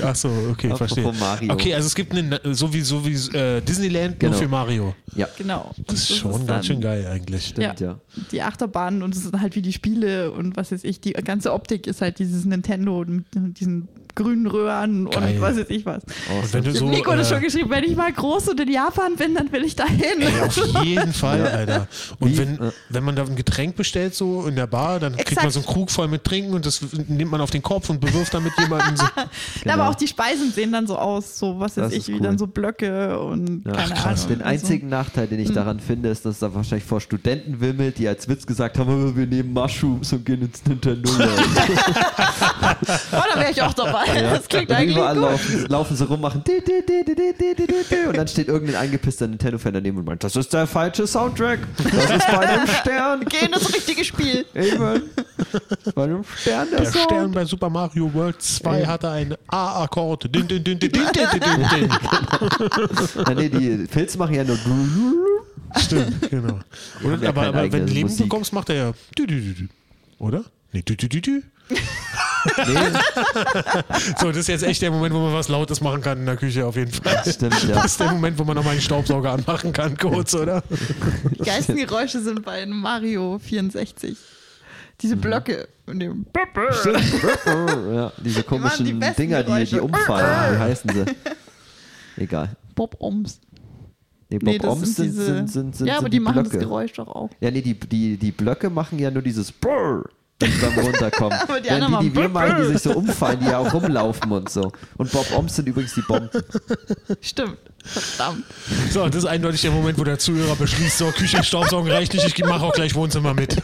Ach so, okay,
Apropos
verstehe.
Mario.
Okay, also es gibt einen, so wie, so wie äh, Disneyland
Genau.
nur für Mario.
Ja,
Genau.
Das ist schon
dann
ganz schön geil eigentlich.
stimmt, ja.
Die Achterbahnen und es sind halt wie die Spiele und was weiß ich, die ganze Optik ist halt dieses Nintendo mit diesen grünen Röhren
Geil.
und was weiß ich was.
Oh,
Und wenn du so,
Nico hat
äh,
es schon geschrieben, wenn ich mal groß und in Japan bin, dann will ich da hin.
Ey, auf jeden Fall,
Ja.
Alter. Und
Wie-
wenn,
ja.
wenn man da ein Getränk bestellt, so in der Bar, dann kriegt
Exakt.
man so einen Krug voll mit Trinken und das nimmt man auf den Kopf und bewirft damit jemanden. So.
Na,
Genau.
Aber auch die Speisen sehen dann so aus, so was weiß
Das
ich,
ist
wie
cool.
dann so Blöcke und
Ja.
keine Ahnung. Mhm.
Den einzigen Nachteil, den ich daran finde, ist, dass da wahrscheinlich vor Studenten wimmelt, die als Witz gesagt haben, "Oh, wir nehmen Mushrooms und gehen ins Nintendo. Land."
Also, oh, da wäre ich auch dabei. Das klingt
und
eigentlich
überall
gut.
laufen, laufen sie rum, machen di, di, di, di, di, di, di, di, di. und dann steht irgendein angepisster Nintendo-Fan daneben und meint, das ist der falsche Soundtrack. Das ist bei einem Stern.
Gehen das richtige Spiel.
Eben. Bei einem Stern der,
Der
Sound.
Stern bei Super Mario World 2 hatte einen A-Akkord. Din, din, din, din, din, din, din, din, din.
Na, nee, die Pilze machen ja nur
Stimmt, genau. Oder,
haben ja keine
aber aber
halt eigene
wenn du Leben
Musik.
bekommst, macht er ja. Dü, dü, dü, dü. Oder? Nee, dü, dü, dü, dü.
nee,
So, das ist jetzt echt der Moment, wo man was Lautes machen kann in der Küche, auf jeden Fall.
stimmt, ja.
Das ist der Moment, wo man nochmal einen Staubsauger anmachen kann, kurz, oder?
Die geilsten Geräusche sind bei einem Mario 64.
Mhm.
Diese Blöcke. Und dem
ja, diese
machen die
komischen
besten
Dinger, die, die
Geräusche.
umfallen. Wie heißen sie? Egal.
Bob-Oms.
Nee, Bob
Nee, das
Oms
sind
sind,
diese.
sind, sind, sind,
ja, aber
sind
die machen das
Blöcke.
Geräusch doch auch.
Ja, nee, die, die, die Blöcke machen ja nur dieses Brrr. die beim Runterkommen.
Aber die
Wenn
anderen
die, die
machen
wir meinen, die sich so umfallen, die ja auch rumlaufen und so. Und Bob Oms sind übrigens die Bomben.
Stimmt. Verdammt.
So, das ist eindeutig der Moment, wo der Zuhörer beschließt, so Küche, Staubsaugen reicht nicht, ich mache auch gleich Wohnzimmer mit.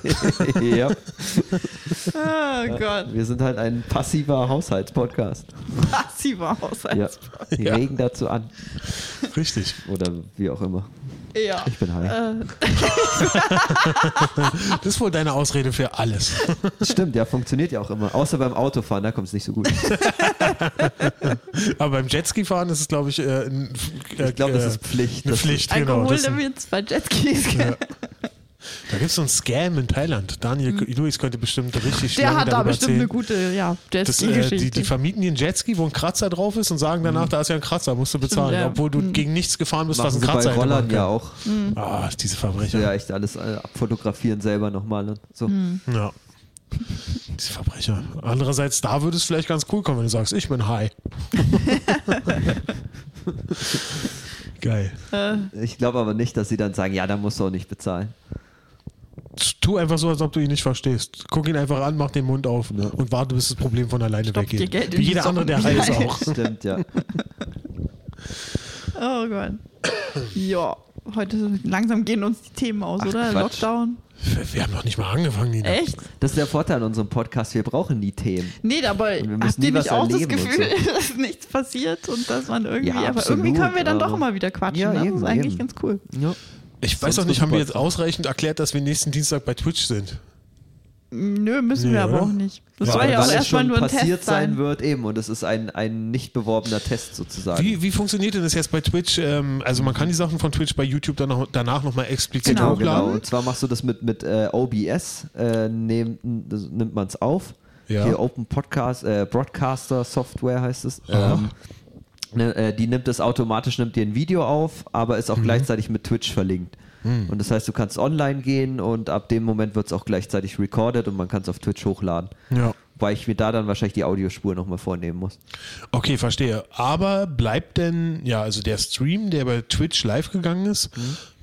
ja,
Oh Gott.
wir sind halt ein passiver Haushaltspodcast.
Passiver Haushalt.
Ja, die
Ja.
regen dazu an.
Richtig.
Oder wie auch immer.
Ja.
Ich bin high.
Äh,
Das ist wohl deine Ausrede für alles.
Stimmt, ja, funktioniert ja auch immer. Außer beim Autofahren, da kommt es nicht so gut.
Aber beim Jetski-Fahren ist es, glaube ich, äh, ein, äh,
Ich glaube, das
äh,
ist Pflicht.
eine
Das
Pflicht. Genau.
Alkohol
Das, da
Limits bei Jetskis.
gibt es so einen Scam in Thailand. Daniel Luis könnte bestimmt richtig
Hm. Der
lange
hat da
darüber
bestimmt eine
erzählen.
gute ja,
Das, äh, die,
Jetski-Geschichte.
die vermieten dir einen Jetski, wo ein Kratzer drauf ist und sagen danach, da ist ja ein Kratzer, musst du bezahlen.
Hm. ja. Hm.
Obwohl du gegen nichts gefahren bist, was
Machen
ein
sie
Kratzer
bei
hätte machen
Rollern ja
können.
auch.
Ah, diese
So
Verbrecher.
ja echt alles äh, abfotografieren selber nochmal und so.
Hm.
Ja. Diese Verbrecher. Andererseits, da würde es vielleicht ganz cool kommen, wenn du sagst, ich bin high. Geil.
Ich glaube aber nicht, dass sie dann sagen, ja, da musst du auch nicht bezahlen.
Tu einfach so, als ob du ihn nicht verstehst. Guck ihn einfach an, mach den Mund auf ne? und warte, bis das Problem von alleine
Stopf dir
weggeht.
Geld in
Wie
die
jeder andere, der high
Socken.
ist auch.
Stimmt, ja.
oh Gott. Ja, heute langsam gehen uns die Themen aus,
Ach,
oder?
Quatsch.
Lockdown.
Wir, wir haben noch nicht mal angefangen, Nina.
Echt?
Das ist der Vorteil an unserem Podcast, wir brauchen nie Themen.
Nee, aber
Und wir müssen
habt ihr
nie
nicht
was
auch das
erleben und
Gefühl, dass nichts passiert und dass man irgendwie.
Ja,
aber
absolut,
irgendwie können wir dann
aber-
doch mal wieder quatschen.
Ja,
ne? Das
eben,
ist eigentlich
eben.
ganz cool.
Ja.
Ich weiß
Sonst
auch nicht, haben wir jetzt
super.
ausreichend erklärt, dass wir nächsten Dienstag bei Twitch sind?
Nö, müssen
Nee,
wir aber
oder?
auch nicht. Das
Ja,
soll
aber
ja auch
es
erstmal
schon
nur ein
passiert
Test sein.
wird, eben. Und es ist ein, ein nicht beworbener Test sozusagen.
Wie, wie funktioniert denn das jetzt bei Twitch? Ähm, also man kann die Sachen von Twitch bei YouTube dann noch, danach nochmal explizit
Genau,
hochladen.
Und zwar machst du das mit, mit äh, OBS, äh, nehm, das nimmt man es auf.
Ja.
Hier Open Podcast, äh, Broadcaster Software heißt es.
Aha.
Ähm, ne, äh, die nimmt das automatisch, nimmt dir ein Video auf, aber ist auch
Mhm.
gleichzeitig mit Twitch verlinkt.
Hm.
Und das heißt, du kannst online gehen und ab dem Moment wird es auch gleichzeitig recorded und man kann es auf Twitch hochladen.
Ja.
Weil ich mir da dann wahrscheinlich die Audiospur nochmal vornehmen muss.
Okay, verstehe. Aber bleibt denn, ja, also der Stream, der bei Twitch live gegangen ist,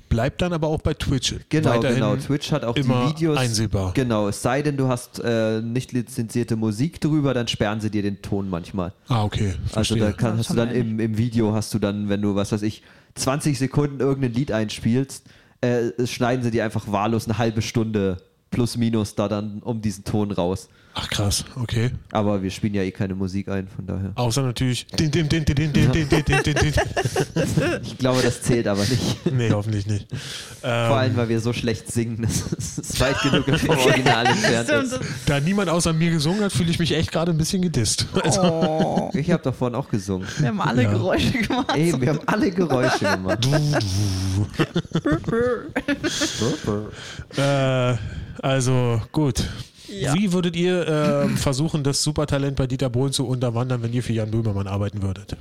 bleibt dann aber auch bei Twitch.
Mhm. Genau,
weiterhin
genau. Twitch hat auch
immer
die Videos.
einsehbar.
Genau, es sei denn, du hast äh, nicht lizenzierte Musik drüber, dann sperren sie dir den Ton manchmal.
Ah, okay.
Also
Verstehe.
da kann,
Das
hast du dann
haben wir ja
im, im Video hast du dann, wenn du, was weiß ich, 20 Sekunden irgendein Lied einspielst, äh, es schneiden sie dir einfach wahllos eine halbe Stunde plus minus da dann um diesen Ton raus.
Ach krass, okay.
Aber wir spielen ja eh keine Musik ein, von daher.
Außer natürlich. Din, din, din, din, din, din, din, din, din, din, din.
Ich glaube, das zählt aber nicht.
Nee, hoffentlich nicht.
Vor
Ähm,
allem, weil wir so schlecht singen, dass es weit genug vom Original entfernt
Stimmt,
ist.
das-
da niemand außer mir gesungen hat, fühle ich mich echt gerade ein bisschen gedisst. Also,
Oh,
Ich habe davon auch gesungen.
wir haben alle
Ja.
Geräusche gemacht.
Ey, wir haben alle Geräusche gemacht.
äh, also gut.
Ja.
Wie würdet ihr ähm, versuchen, das Supertalent bei Dieter Bohlen zu unterwandern, wenn ihr für Jan Böhmermann arbeiten würdet?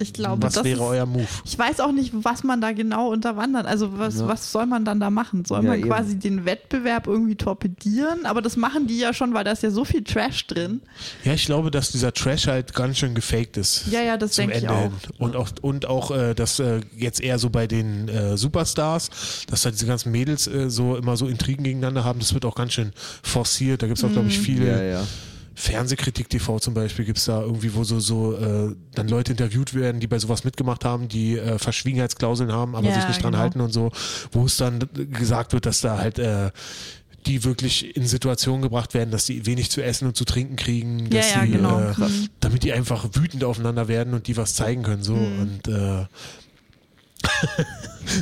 Ich glaube,
Was
das
wäre
ist,
euer Move?
Ich weiß auch nicht, was man da genau unterwandert. Also was, was soll man dann da machen? Soll
Ja,
man
eben.
quasi den Wettbewerb irgendwie torpedieren? Aber das machen die ja schon, weil da ist ja so viel Trash drin.
Ja, ich glaube, dass dieser Trash halt ganz schön gefaked ist.
Ja, ja, das
zum
denke ich
Ende
auch.
hin. Und auch, und auch äh, dass äh, jetzt eher so bei den äh, Superstars, dass da diese ganzen Mädels äh, so immer so Intrigen gegeneinander haben, das wird auch ganz schön forciert. Da gibt es auch,
Mhm.
glaube ich, viele
Ja, ja.
Fernsehkritik TV zum Beispiel gibt es da irgendwie, wo so, so äh, dann Leute interviewt werden, die bei sowas mitgemacht haben, die äh, Verschwiegenheitsklauseln haben, aber
Ja,
sich nicht dran
genau.
halten und so, wo es dann gesagt wird, dass da halt äh, die wirklich in Situationen gebracht werden, dass die wenig zu essen und zu trinken kriegen, dass
ja,
die,
genau.
äh, damit die einfach wütend aufeinander werden und die was zeigen können so
Mhm.
und äh,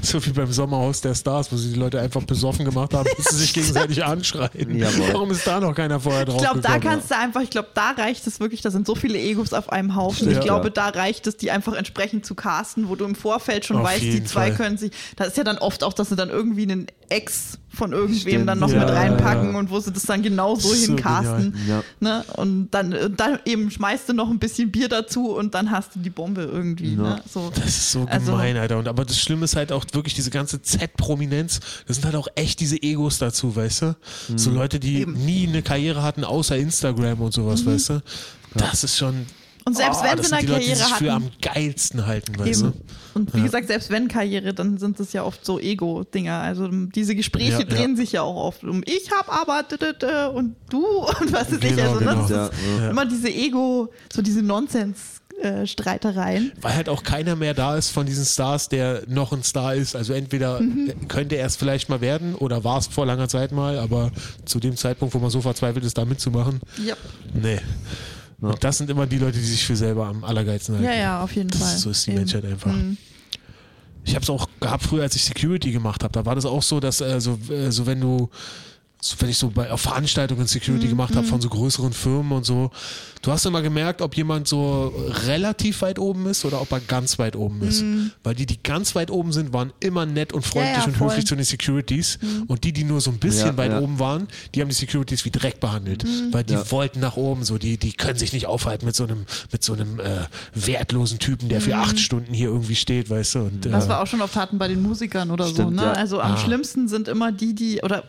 so wie beim Sommerhaus der Stars, wo sie die Leute einfach besoffen gemacht haben, bis sie sich gegenseitig anschreien.
Jawohl.
Warum ist da noch keiner vorher drauf
Ich glaube, da
gekommen?
kannst du einfach, ich glaube, da reicht es wirklich, da sind so viele Egos auf einem Haufen.
Ja.
Ich glaube, da reicht es, die einfach entsprechend zu casten, wo du im Vorfeld schon
Auf
weißt, die
jeden
zwei
Fall.
können sich. Da ist ja dann oft auch, dass sie dann irgendwie einen Ex von irgendwem
Stimmt.
dann noch
Ja,
mit reinpacken
ja, ja.
und wo sie das dann genau so,
So
hincasten.
genial.
Ne? Und, dann, und dann eben schmeißt du noch ein bisschen Bier dazu und dann hast du die Bombe irgendwie.
Ja.
Ne? So.
Das ist so
Also-
gemein, Alter. Und aber das Schlimme ist halt auch wirklich diese ganze Z-Prominenz. Das sind halt auch echt diese Egos dazu, weißt du? So Leute, die nie eine Karriere hatten außer Instagram und sowas, weißt du? Das ist schon
Und Mhm. selbst
Ah,
wenn
das
sie eine
sind die Leute, die
Karriere
sich für
hatten.
am geilsten halten, weißt
Eben.
du?
Und wie gesagt, selbst wenn Karriere, dann sind es ja oft so Ego-Dinger. Also m, diese Gespräche
Ja, ja.
drehen sich ja auch oft um ich hab aber d- d- d- und du und was ist ich.
Genau,
Also ne,
genau.
das
Ja,
ist
ja.
immer diese Ego, so diese äh, Nonsens-Streitereien.
Weil halt auch keiner mehr da ist von diesen Stars, der noch ein Star ist. Also entweder
Mhm.
könnte er es vielleicht mal werden oder war es vor langer Zeit mal, aber zu dem Zeitpunkt, wo man so verzweifelt ist, da mitzumachen,
Yep.
nee. Und das sind immer die Leute, die sich für selber am allergeilsten halten.
Ja, ja, auf jeden
Das
Fall.
ist- so ist die
Eben.
Menschheit einfach.
Mhm.
Ich habe es auch gehabt früher, als ich Security gemacht habe. Da war das auch so, dass äh, so, äh, so wenn du so, wenn ich so bei auf Veranstaltungen
Mhm,
Security gemacht habe von so größeren Firmen und so, du hast immer gemerkt, ob jemand so relativ weit oben ist oder ob er ganz weit oben ist. Weil die, die ganz weit oben sind, waren immer nett und freundlich
Mhm. Ja, ja,
und
voll. Mhm.
höflich zu den Securities. Und die, die nur so ein bisschen
Ja,
weit
ja.
oben waren, die haben die Securities wie Dreck behandelt.
Mhm.
Weil die
Ja.
wollten nach oben. So, die, die können sich nicht aufhalten mit so einem, mit so einem äh, wertlosen Typen, der für
Mhm.
acht Stunden hier irgendwie steht, weißt du. Und,
Das
äh,
wir auch schon oft hatten bei den Musikern oder so.
Stimmt,
Ne?
ja.
Also am
Ah.
schlimmsten sind immer die, die, oder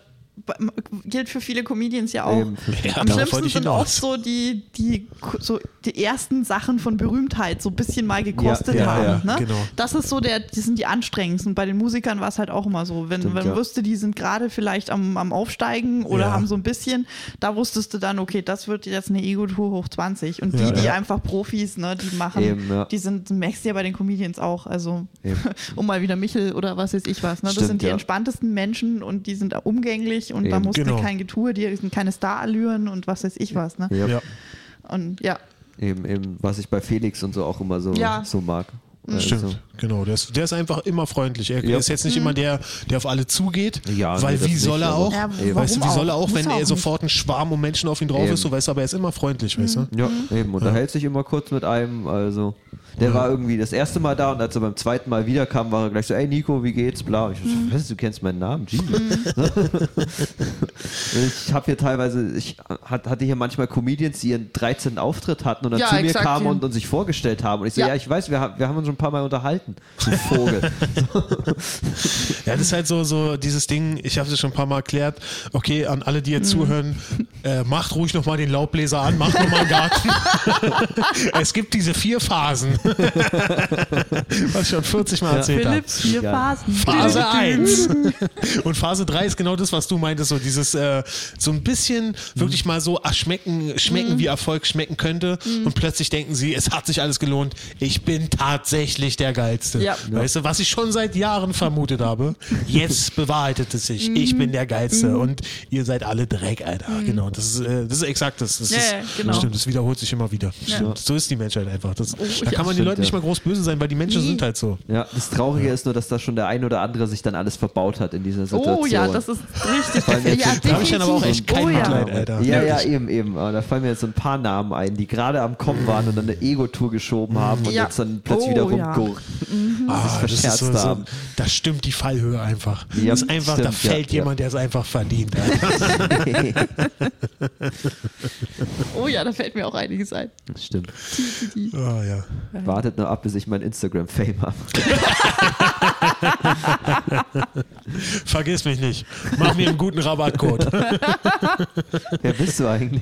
b- m- gilt für viele Comedians ja auch.
Eben.
Ja, darauf
am
wollte
schlimmsten
ich
sind
hinaus.
oft so die, die, ku- so die ersten Sachen von Berühmtheit so ein bisschen mal gekostet
Ja, ja,
haben.
ja,
ne?
genau.
Das ist so der, die sind die anstrengendsten. Bei den Musikern war es halt auch immer so. Wenn,
Stimmt,
wenn du
ja.
wusste, die sind gerade vielleicht am, am Aufsteigen oder
Ja.
haben so ein bisschen, da wusstest du dann, okay, das wird jetzt eine Ego-Tour hoch 20. Und die,
Ja,
die
ja.
einfach Profis, ne, die machen,
Eben, ja.
die sind, merkst du ja bei den Comedians auch. Also
Eben.
um mal wieder Michel oder was weiß ich was. Ne? Das
Stimmt,
sind die
ja.
entspanntesten Menschen und die sind umgänglich und da
Eben.
musst
Genau.
du kein Getue, die sind keine Starallüren und was weiß ich was. Ne?
Ja.
Ja.
Und ja,
Eben, eben, was ich bei Felix und so auch immer so,
Ja.
so mag. Äh,
Stimmt,
so.
genau. Der ist, der ist einfach immer freundlich. Er
Ja.
ist jetzt nicht
Mhm.
immer der, der auf alle zugeht,
Ja,
weil
nee, das
wie
nicht,
soll er
aber-
auch?
Ja, warum
weißt du, wie soll er
auch?
auch,
Muss
wenn
er auch
er
nicht.
sofort ein Schwarm und Menschen auf ihn drauf
Eben.
ist, so weißt du, aber er ist immer freundlich, weißt
Mhm.
du?
Ja, eben. Und da hält sich immer kurz mit einem. Also, der war irgendwie das erste Mal da und als er beim zweiten Mal wiederkam, war er gleich so: Ey, Nico, wie geht's? Bla. Und Ich
Mhm.
so, was, du kennst meinen Namen? Jesus. ich habe hier teilweise, ich hat- hatte hier manchmal Comedians, die ihren 13. Auftritt hatten und dann
Ja,
zu mir
exakt,
kamen
ja.
und, und sich vorgestellt haben. Und ich so:
Ja.
Ja, ich weiß, wir, ha- wir haben uns schon ein paar Mal unterhalten. Du Vogel.
Ja, das ist halt so, so dieses Ding, ich habe es schon ein paar Mal erklärt, okay, an alle, die
Mhm.
jetzt zuhören, äh, macht ruhig nochmal den Laubbläser an, macht nochmal einen Garten. es gibt diese vier Phasen. Was ich schon 40 Mal erzählt habe.
Philipps vier
Ja.
Phasen.
Phase 1. Und Phase 3 ist genau das, was du meintest, so dieses äh, so ein bisschen wirklich mal so ach, schmecken, schmecken,
Mhm.
wie Erfolg schmecken könnte und plötzlich denken sie, es hat sich alles gelohnt, ich bin tatsächlich der geilste.
Ja.
Weißt du, was ich schon seit Jahren vermutet habe, jetzt bewahrheitet es sich.
Mhm.
Ich bin der geilste und ihr seid alle Dreck, Alter. Genau, das ist äh, das ist exakt das. Das
Ja,
ist
ja, genau.
stimmt, das wiederholt sich immer wieder.
Ja.
Stimmt. So ist die Menschheit einfach. Das,
ich-
da kann man den
Stimmt,
Leuten nicht
ja.
mal groß böse sein, weil die Menschen
Nee.
sind halt so.
Ja, das Traurige ist nur, dass da schon der ein oder andere sich dann alles verbaut hat in dieser Situation.
Oh ja, das ist richtig.
Fallen jetzt
ja,
so- Da
hab ich dann aber auch echt
definitiv.
kein
oh, ja.
Mitleid, Alter.
Ja, ja,
Wirklich.
eben, eben. Aber da fallen mir jetzt so ein paar Namen ein, die gerade am Kommen waren und dann eine Ego-Tour geschoben haben und
Ja.
jetzt dann plötzlich
Oh,
wieder
ja.
rumgurken.
Ah, das ist
verscherzt
so, so,
haben.
da stimmt die Fallhöhe einfach.
Ja,
das ist einfach, da
stimmt, ja,
fällt
ja.
jemand, der es einfach verdient. Alter.
oh ja, da fällt mir auch einiges ein.
Stimmt.
Ah, ja.
Äh.
Wartet nur ab, bis ich mein Instagram-Fame habe.
Vergiss mich nicht. Mach mir einen guten Rabattcode.
Wer bist du eigentlich?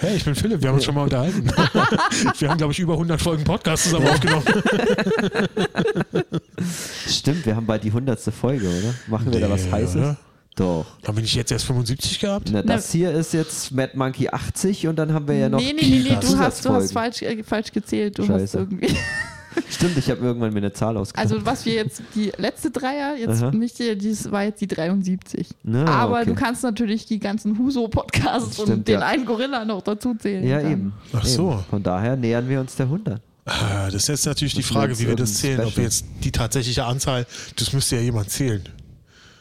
Hey, ich bin Philipp, wir haben uns schon mal unterhalten. Wir haben, glaube ich, über 100 Folgen Podcast zusammen aufgenommen.
Stimmt, wir haben bald die hundertste Folge, oder? Machen wir da was
Nee,
Heißes?
oder?
Doch.
Haben wir nicht jetzt erst 75 gehabt?
Ne.
Na, das hier ist jetzt Mad Monkey 80 und dann haben wir ja noch.
nee, nee, nee, nee, du
Zusatzfolgen.
hast, du hast falsch, äh, falsch gezählt. Du hast
Scheiße.
irgendwie.
Stimmt, ich habe irgendwann mir eine Zahl ausgedacht.
Also was wir jetzt, die letzte Dreier, jetzt
Aha.
nicht die, dies war jetzt die 73.
Na,
Aber
okay.
du kannst natürlich die ganzen Huso-Podcasts und
Stimmt,
den
ja.
einen Gorilla noch dazu zählen.
ja,
dann.
eben.
Ach so.
Eben. Von daher nähern wir uns der 100.
Ah, Das ist jetzt natürlich die
Das ist
Frage,
jetzt
wie wir das
irgendein
zählen. Ob wir
Special.
jetzt die tatsächliche Anzahl, das müsste ja jemand zählen.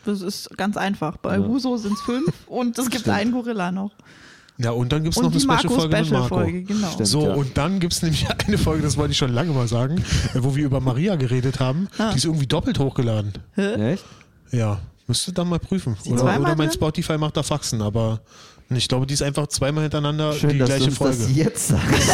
Das ist ganz einfach. Bei Huso sind es fünf und es gibt einen Gorilla noch.
Ja, und dann gibt es noch
Und
eine
die
Special-Folge mit Marco.
Marco-Special-Folge, genau.
Stimmt.
So,
ja.
und dann gibt es nämlich eine Folge, das wollte ich schon lange mal sagen, äh, wo wir über Maria geredet haben.
Ah.
Die ist irgendwie doppelt hochgeladen.
Echt?
Ja, müsste dann mal prüfen.
zweimal
Oder, oder mein
drin?
Spotify macht da Faxen, aber Und ich glaube, die ist einfach zweimal hintereinander
Schön,
die
dass du
gleiche
uns
Folge.
das jetzt sagst.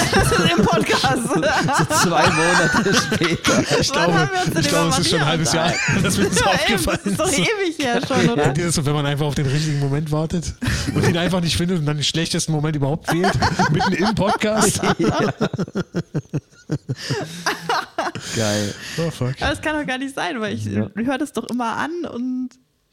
Im Podcast.
so zwei Monate später.
Ich glaube,
haben wir uns denn
Oh, ich glaube es
über
ist schon ein
Maria
halbes Jahr, dass mir das
Ja, eben, das
aufgefallen
ist doch
ist.
ewig her schon, oder?
Kennt ihr das, wenn man einfach auf den richtigen Moment wartet und ihn einfach nicht findet und dann den schlechtesten Moment überhaupt wählt, mitten im Podcast?
Geil.
Oh, fuck.
Aber das kann doch gar nicht sein, weil ich
Ja.
höre das doch immer an und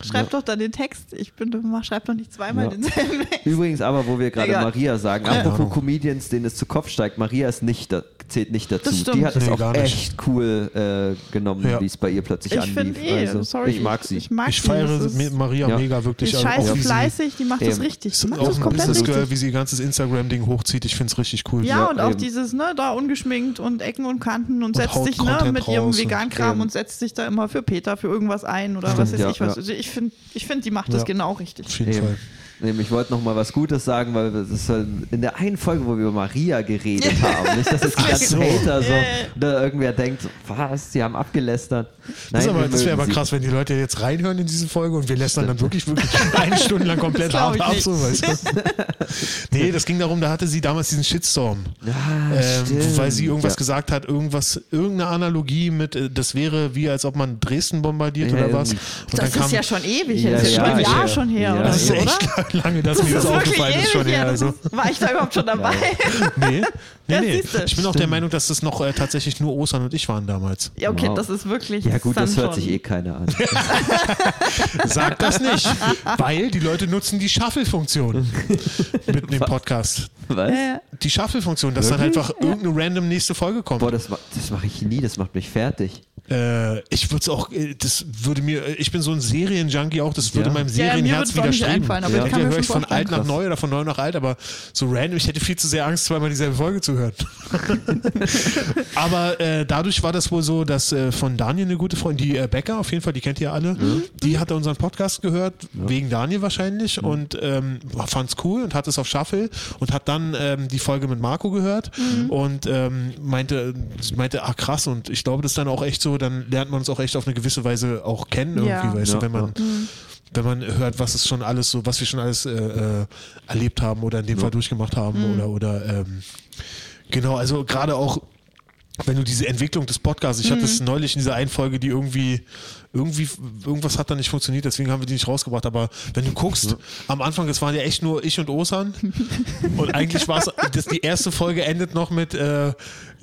schreibe doch dann den Text. Ich bin doch immer, schreibe doch nicht zweimal
Ja.
denselben Text.
Übrigens aber, wo wir gerade
Egal.
Maria sagen,
Keine
apropos
Ahnung.
Comedians, denen es zu Kopf steigt, Maria ist nicht, da, zählt nicht dazu.
Das stimmt.
Die hat es
Nee,
auch
gar nicht.
echt cool äh, genommen,
Ja.
wie es bei ihr plötzlich
Ich
anlief.
finde eh,
also,
sorry.
ich mag sie.
Ich mag
Ich
sie.
feiere
Das ist-
Mi- Maria
Ja.
mega
Die
wirklich.
ist
also
scheiße
auch wie sie,
fleißig, die macht das
Eben.
richtig. Die macht
auch
das
ein
komplett
Business Girl,
richtig.
wie sie ihr ganzes Instagram-Ding hochzieht. Ich finde es richtig cool.
Ja,
Ja,
und auch
eben.
dieses, ne, da ungeschminkt und Ecken und Kanten und, setzt
haut
sich ne,
Content
mit ihrem
raus und-
Vegan-Kram
eben.
und, setzt sich da immer für Peter für irgendwas ein oder was weiß
ja,
ich was.
ja.
Also ich finde, ich find, die macht
Ja.
das genau richtig.
Auf jeden
Eben.
Fall.
Eben, ich wollte noch mal was Gutes sagen, weil wir- das ist halt in der einen Folge, wo wir über Maria geredet haben, nicht, dass jetzt
Ach
ganz
so.
Hater so,
Ja.
da irgendwer denkt, was, die haben abgelästert.
Das, ist
Nein,
aber,
wir
das wäre
mögen
aber
sie.
krass, wenn die Leute jetzt reinhören in diese Folge und wir lästern dann wirklich, wirklich eine Stunde lang komplett
Das
hart
glaub ich
ab.
nicht.
So, weißt du? Nee, das ging darum, da hatte sie damals diesen Shitstorm.
Ah,
Ähm,
stimmt.
weil sie irgendwas
Ja.
gesagt hat, irgendwas, irgendeine Analogie mit, äh, das wäre wie als ob man Dresden bombardiert
Ja,
oder was.
irgendwie.
Und
das
dann
ist ja schon ewig,
Ja,
her. das ist
ja,
schon ein
ja.
Jahr schon her
Ja.
oder
das ist
so, oder?
echt lange, dass mir das aufgefallen ist schon her.
das
Also.
ist- war ich da überhaupt schon dabei?
Nee, nee,
Ja,
nee.
siehste.
Ich bin auch der Meinung, dass das noch äh, tatsächlich nur Osan und ich waren damals.
Ja, okay,
Wow.
das ist wirklich.
genau. Ja gut,
dann
das hört
schon.
sich eh keiner an.
Sag das nicht, weil die Leute nutzen die Shuffle-Funktion mit dem Podcast.
Was?
Äh,
Die Shuffle-Funktion, dass dann halt einfach irgendeine random nächste Folge kommt.
Boah, das, ma- das mache ich nie, das macht mich fertig.
Äh, ich würde es auch, äh, das würde mir, äh, ich bin so ein Serienjunkie auch, das würde
Ja.
meinem
Ja, ja, mir
Serienherz
würd's auch nicht
widerstreben.
einfallen, aber
ich
Entweder
kann mir
höre
schon
ich von
vorstellen,
alt nach
krass.
neu oder von neu nach alt, aber so random, ich hätte viel zu sehr Angst, zweimal dieselbe Folge zu hören. aber äh, dadurch war das wohl so, dass äh, von Daniel eine gute Freundin, die äh, Becker, auf jeden Fall, die kennt ihr alle, die hatte unseren Podcast gehört, wegen Daniel wahrscheinlich und ähm, fand es cool und hat es auf Shuffle und hat dann ähm, die Folge mit Marco gehört und ähm, meinte, meinte, ah krass, und ich glaube, das ist dann auch echt so, dann lernt man uns auch echt auf eine gewisse Weise auch kennen, irgendwie,
Ja.
weißt
Ja,
du, wenn man wenn man hört, was es schon alles so, was wir schon alles äh, äh, erlebt haben oder in dem Fall durchgemacht haben oder oder ähm, genau, also gerade auch wenn du diese Entwicklung des Podcasts, ich hatte es neulich in dieser einen Folge, die irgendwie, irgendwie, irgendwas hat da nicht funktioniert, deswegen haben wir die nicht rausgebracht. Aber wenn du guckst, am Anfang, es waren ja echt nur ich und Osan. und eigentlich war es, das- die erste Folge endet noch mit, äh,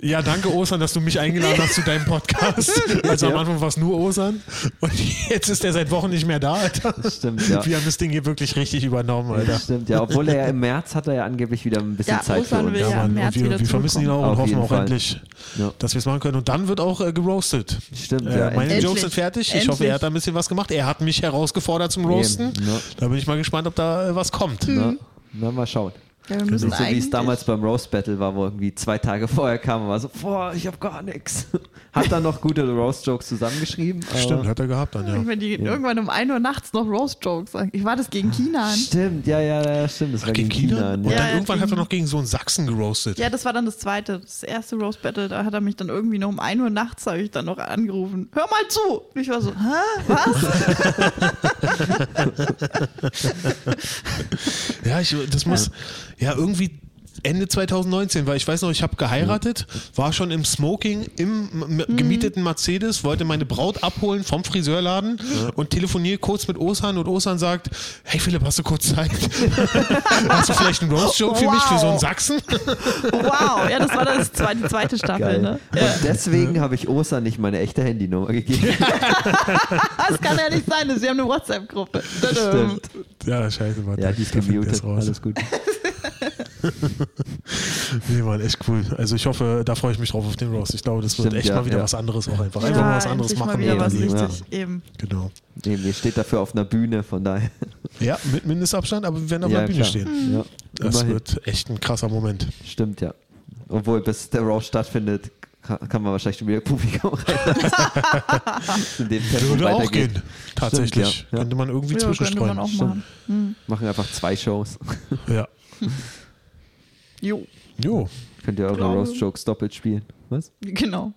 ja, danke Osan, dass du mich eingeladen hast zu deinem Podcast. Also am
Ja.
Anfang war es nur Osan. Und jetzt ist er seit Wochen nicht mehr da, Alter.
Das stimmt, ja.
Wir haben das Ding hier wirklich richtig übernommen, Alter.
Das stimmt, ja. Obwohl er ja im März hat er ja angeblich wieder ein bisschen
Ja,
Zeit für
Ostern
uns.
will ja. im
Mann,
März
und wir,
wieder
wir vermissen ihn auch
Auf
und hoffen
jeden
auch
Fall.
endlich,
Ja.
dass wir es machen können. Und dann wird auch äh, geroastet.
Stimmt,
Äh,
ja.
meine
endlich.
Jokes sind fertig. Ich hoffe,
Endlich.
er hat da ein bisschen was gemacht. Er hat mich herausgefordert zum Roasten.
Eben, ja.
Da bin ich mal gespannt, ob da äh, was kommt.
Na,
Mhm.
na, mal schauen.
Ja, wir müssen
Nicht so wie es
eigentlich.
damals beim Roast Battle war, wo irgendwie zwei Tage vorher kam und war so, boah, ich hab gar nichts. Hat dann noch gute Roast Jokes zusammengeschrieben. aber-
Stimmt, hat er gehabt dann, ja.
Wenn die irgendwann um 1 Uhr nachts noch Roast-Jokes sagen. Ich war das gegen China an.
Stimmt, ja, ja, ja, stimmt. Das war ne?
Gegen China? ne? Und
an,
dann
Ja.
ja,
irgendwann hat er
gegen-
noch gegen so einen Sachsen geroastet.
Ja, das war dann das zweite, das erste Roast Battle. Da hat er mich dann irgendwie noch um 1 Uhr nachts, habe ich dann noch angerufen. Hör mal zu! Und ich war so, hä? Was?
Ja, ich, das muss ja irgendwie Ende 2019, weil ich weiß noch, ich habe geheiratet, war schon im Smoking im m- gemieteten Mercedes, wollte meine Braut abholen vom Friseurladen und telefoniere kurz mit Osan und Osan sagt, hey Philipp, hast du kurz Zeit? hast du vielleicht einen Roast-Joke für mich, für so einen
Wow.
Sachsen?
Oh, Wow! Ja, das war dann das zweite, die zweite Staffel,
Geil.
ne?
Und deswegen habe ich Osa nicht meine echte Handynummer gegeben.
Ah, Das kann ja nicht sein, sie haben eine WhatsApp-Gruppe.
Stimmt.
Ja, scheiße, warte.
Ja, die ist
da fliegt
gemutet.
das raus.
Alles gut.
Nee, Mann, echt cool. Also ich hoffe, da freue ich mich drauf auf den Roast. Ich glaube, das wird
Stimmt,
echt
ja,
mal wieder
ja.
was anderes auch einfach. Einfach mal was anderes
endlich
machen.
Mal wieder was
irgendwie.
Ja.
richtig, eben.
Genau.
Nee, mir steht dafür auf einer Bühne, von daher.
Ja, mit Mindestabstand, aber wir werden auf
ja,
der Bühne
klar. Mhm.
stehen.
Ja,
Das
immerhin.
wird echt ein krasser Moment.
Stimmt, ja. Obwohl, bis der Raw stattfindet, kann, kann man wahrscheinlich schon wieder Publikum rein. In dem Tempo
Würde auch
weitergeht.
gehen, tatsächlich.
Stimmt, ja, ja.
Könnte man irgendwie
Ja, könnte
zwischenstreuen.
man auch
Stimmt.
machen.
Machen einfach zwei Shows.
Ja.
Jo,
Jo.
Könnt ihr eure
Glaube-
Roast-Jokes doppelt spielen. Was?
genau.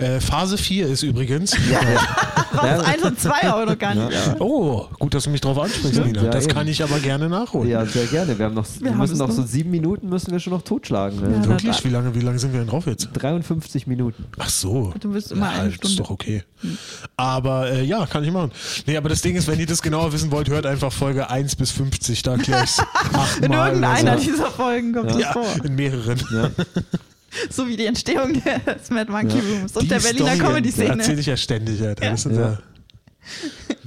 Äh, Phase 4 ist übrigens.
brauchst eins und zwei auch noch gar nicht.
Oh, gut, dass du mich drauf ansprichst, Nina.
ja,
das
eben.
kann ich aber gerne nachholen.
Ja, sehr gerne. Wir, haben noch, wir
haben
müssen
es
noch
noch.
so sieben Minuten müssen wir schon noch totschlagen. Ne?
Ja.
Wirklich? Wie lange, wie lange sind wir denn drauf jetzt?
53 Minuten.
Ach so.
Du bist immer eine
das ist
Stunde. Hm.
doch okay. Aber äh, ja, kann ich machen. Nee, aber das Ding ist, wenn ihr das genauer wissen wollt, hört einfach Folge 1 bis 50. Da erkläre ich es
In
achtmal.
irgendeiner
oder so.
dieser Folgen kommt das
Ja,
vor.
in mehreren.
So wie die Entstehung des Mad Monkey Rooms und
Die
der Berliner
Storyen,
Comedy-Szene.
Erzähle ich ja ständig, Alter. Das sind
Ja.
ja.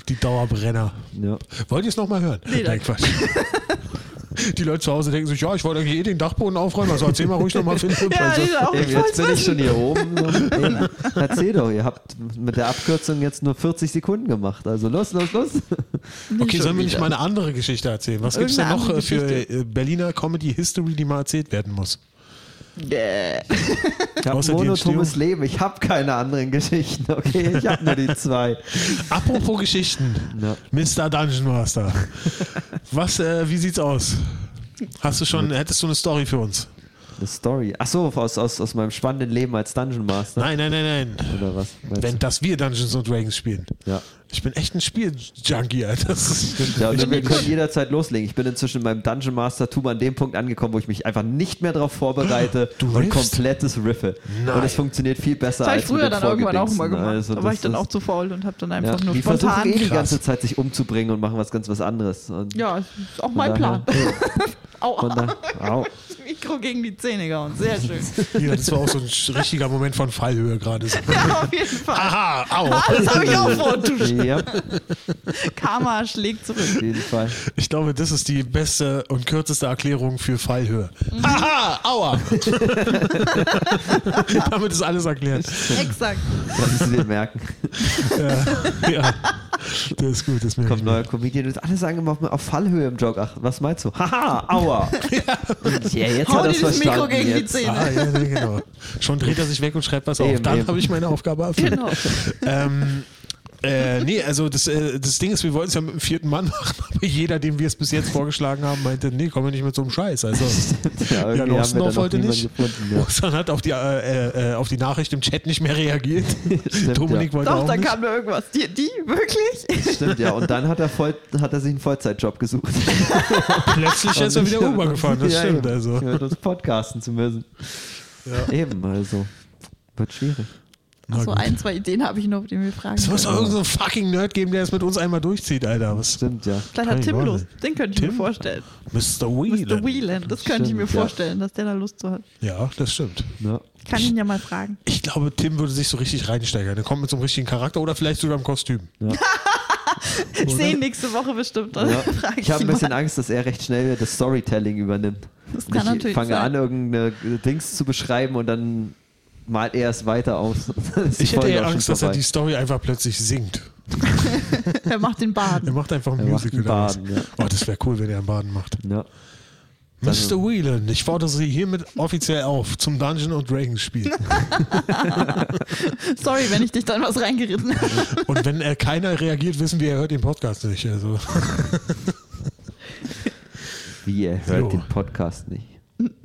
die Dauerbrenner.
Ja.
Wollt ihr es nochmal hören?
Nee,
Nein,
danke.
Quatsch. Die Leute zu Hause denken sich, ja, ich wollte eigentlich eh den Dachboden aufräumen, also erzähl mal Also, ruhig nochmal Film.
Ja, die sind auch
Ey,
nicht
jetzt bin ich
voll
schon hier oben. Ey, erzähl doch, ihr habt mit der Abkürzung jetzt nur 40 Sekunden gemacht. Also los, los, los.
Okay, sollen wir nicht
wieder.
mal eine andere Geschichte erzählen? Was gibt es denn
Irgendeine
noch äh,
andere
für äh, Berliner Comedy History, die mal erzählt werden muss?
yeah.
Ich habe
Außer
ein
die
monotomes
Entstehung.
Leben. Ich habe keine anderen Geschichten, okay? Ich habe nur die zwei.
Apropos Geschichten,
Ja.
Mr. Dungeon Master. Was, äh, wie sieht's aus? Hast du schon, hättest du eine Story für uns?
Eine Story. Achso, aus, aus, aus meinem spannenden Leben als Dungeon Master.
Nein, nein, nein, nein.
Oder was? Meinst
Wenn das wir Dungeons and Dragons spielen.
du? Ja.
Ich bin echt ein Spiel-Junkie, Alter. Das ist,
Ja, also
ich,
wir können jederzeit loslegen. Ich bin inzwischen in meinem Dungeon Master Tuba an dem Punkt angekommen, wo ich mich einfach nicht mehr darauf vorbereite
Du
und
riffst?
komplettes Riffe.
Nein.
Und es funktioniert viel besser
Das habe
als
ich früher
mit den
dann irgendwann auch mal
Vorgedingsen.
gemacht.
Also
da war ich
das
dann
ist-
auch zu faul und habe dann
ja,
einfach nur
die versuchen
spontan.
eh die
Krass.
ganze Zeit sich umzubringen und machen was ganz was anderes. Und
Ja, ist auch
von
mein
daher-
Plan. Aua,
Von da, au.
das Mikro gegen die Zähne gehauen. Sehr schön.
ja, das war auch so ein sch- richtiger Moment von Fallhöhe gerade. So.
ja, auf jeden Fall.
Aha, au.
Ah, das habe ich auch vor. Du
ja,
Karma schlägt
auf
zurück.
jeden Fall.
Ich glaube, das ist die beste und kürzeste Erklärung für Fallhöhe.
Mhm.
Aha, aua. Damit ist alles erklärt.
Exakt.
Das müssen wir merken.
Ja, ja. Das ist gut, das ist mir
Kommt neuer Comedian und alle sagen immer auf- auf Fallhöhe im Jog. Ach, was meinst du? Haha, aua. Ja, jetzt
Hau
hat er
dir das
es verstanden.
Mikro gegen die
jetzt.
Zähne.
Ah, ja, ja, genau. Schon dreht er sich weg und schreibt was auf.
Eben,
Dann
eben.
habe ich meine Aufgabe erfüllt.
Genau.
Ähm, äh, nee, also das, äh, das Ding ist, wir wollten es ja mit dem vierten Mann machen, aber jeder, dem wir es bis jetzt vorgeschlagen haben, meinte, nee, kommen wir nicht mit so einem Scheiß. Also,
Ja,
ja,
irgendwie haben
Lost
wir da
North
noch
heute
niemanden
nicht.
gefunden. Ja.
Ostern hat auf die, äh, äh, auf die Nachricht im Chat nicht mehr reagiert.
Stimmt,
Dominik wollte
Doch,
auch
dann
nicht.
kam da irgendwas. Die, die? wirklich?
Stimmt, ja. Und dann hat er, voll, hat er sich einen Vollzeitjob gesucht.
Plötzlich ist er wieder Uber gefahren, das
Ja,
stimmt.
eben.
Also.
Mit uns podcasten zu müssen. Eben, also. Wird schwierig.
Na
Achso,
gut.
ein, zwei Ideen habe ich noch, die wir fragen.
Es muss
können.
doch irgendeinen so fucking Nerd geben, der es mit uns einmal durchzieht, Alter. Was?
Stimmt, ja.
Vielleicht hat
Kann ich
Tim
auch
Lust. Den könnte ich
Tim?
mir vorstellen.
Mr.
Mr.
Wheeler.
Whelan, das könnte ich mir
Stimmt, ja.
vorstellen, dass der da Lust zu hat.
Ja, das stimmt.
ja.
Kann ihn ja mal fragen.
Ich glaube, Tim würde sich so richtig reinsteigern. Der kommt mit so einem richtigen Charakter oder vielleicht sogar im Kostüm.
Ich sehe ihn nächste Woche bestimmt. Dann
Ja.
frage ich,
Ich habe ein
ihn
bisschen
mal.
Angst, dass er recht schnell das Storytelling übernimmt.
Das
Und
kann
ich
natürlich
fange
sein.
an, irgendeine Dings zu beschreiben und dann malt er es weiter aus. Dann ist die
Ich hätte
Folge
eher
auch schon
Angst, dass er
vorbei.
die Story einfach plötzlich singt.
Er macht den
Er
Baden.
macht einfach ein
Er macht
Musical
einen
daraus.
Baden, ja.
Oh, das wäre cool, wenn er einen Baden macht.
Ja.
Mr. Whelan, ich fordere Sie hiermit offiziell auf zum Dungeon und Dragons Spiel.
Sorry, wenn ich dich dann was reingeritten habe.
Und wenn äh, keiner reagiert, wissen wir, er hört den Podcast nicht. Also,
Wie er hört
Jo.
den Podcast nicht.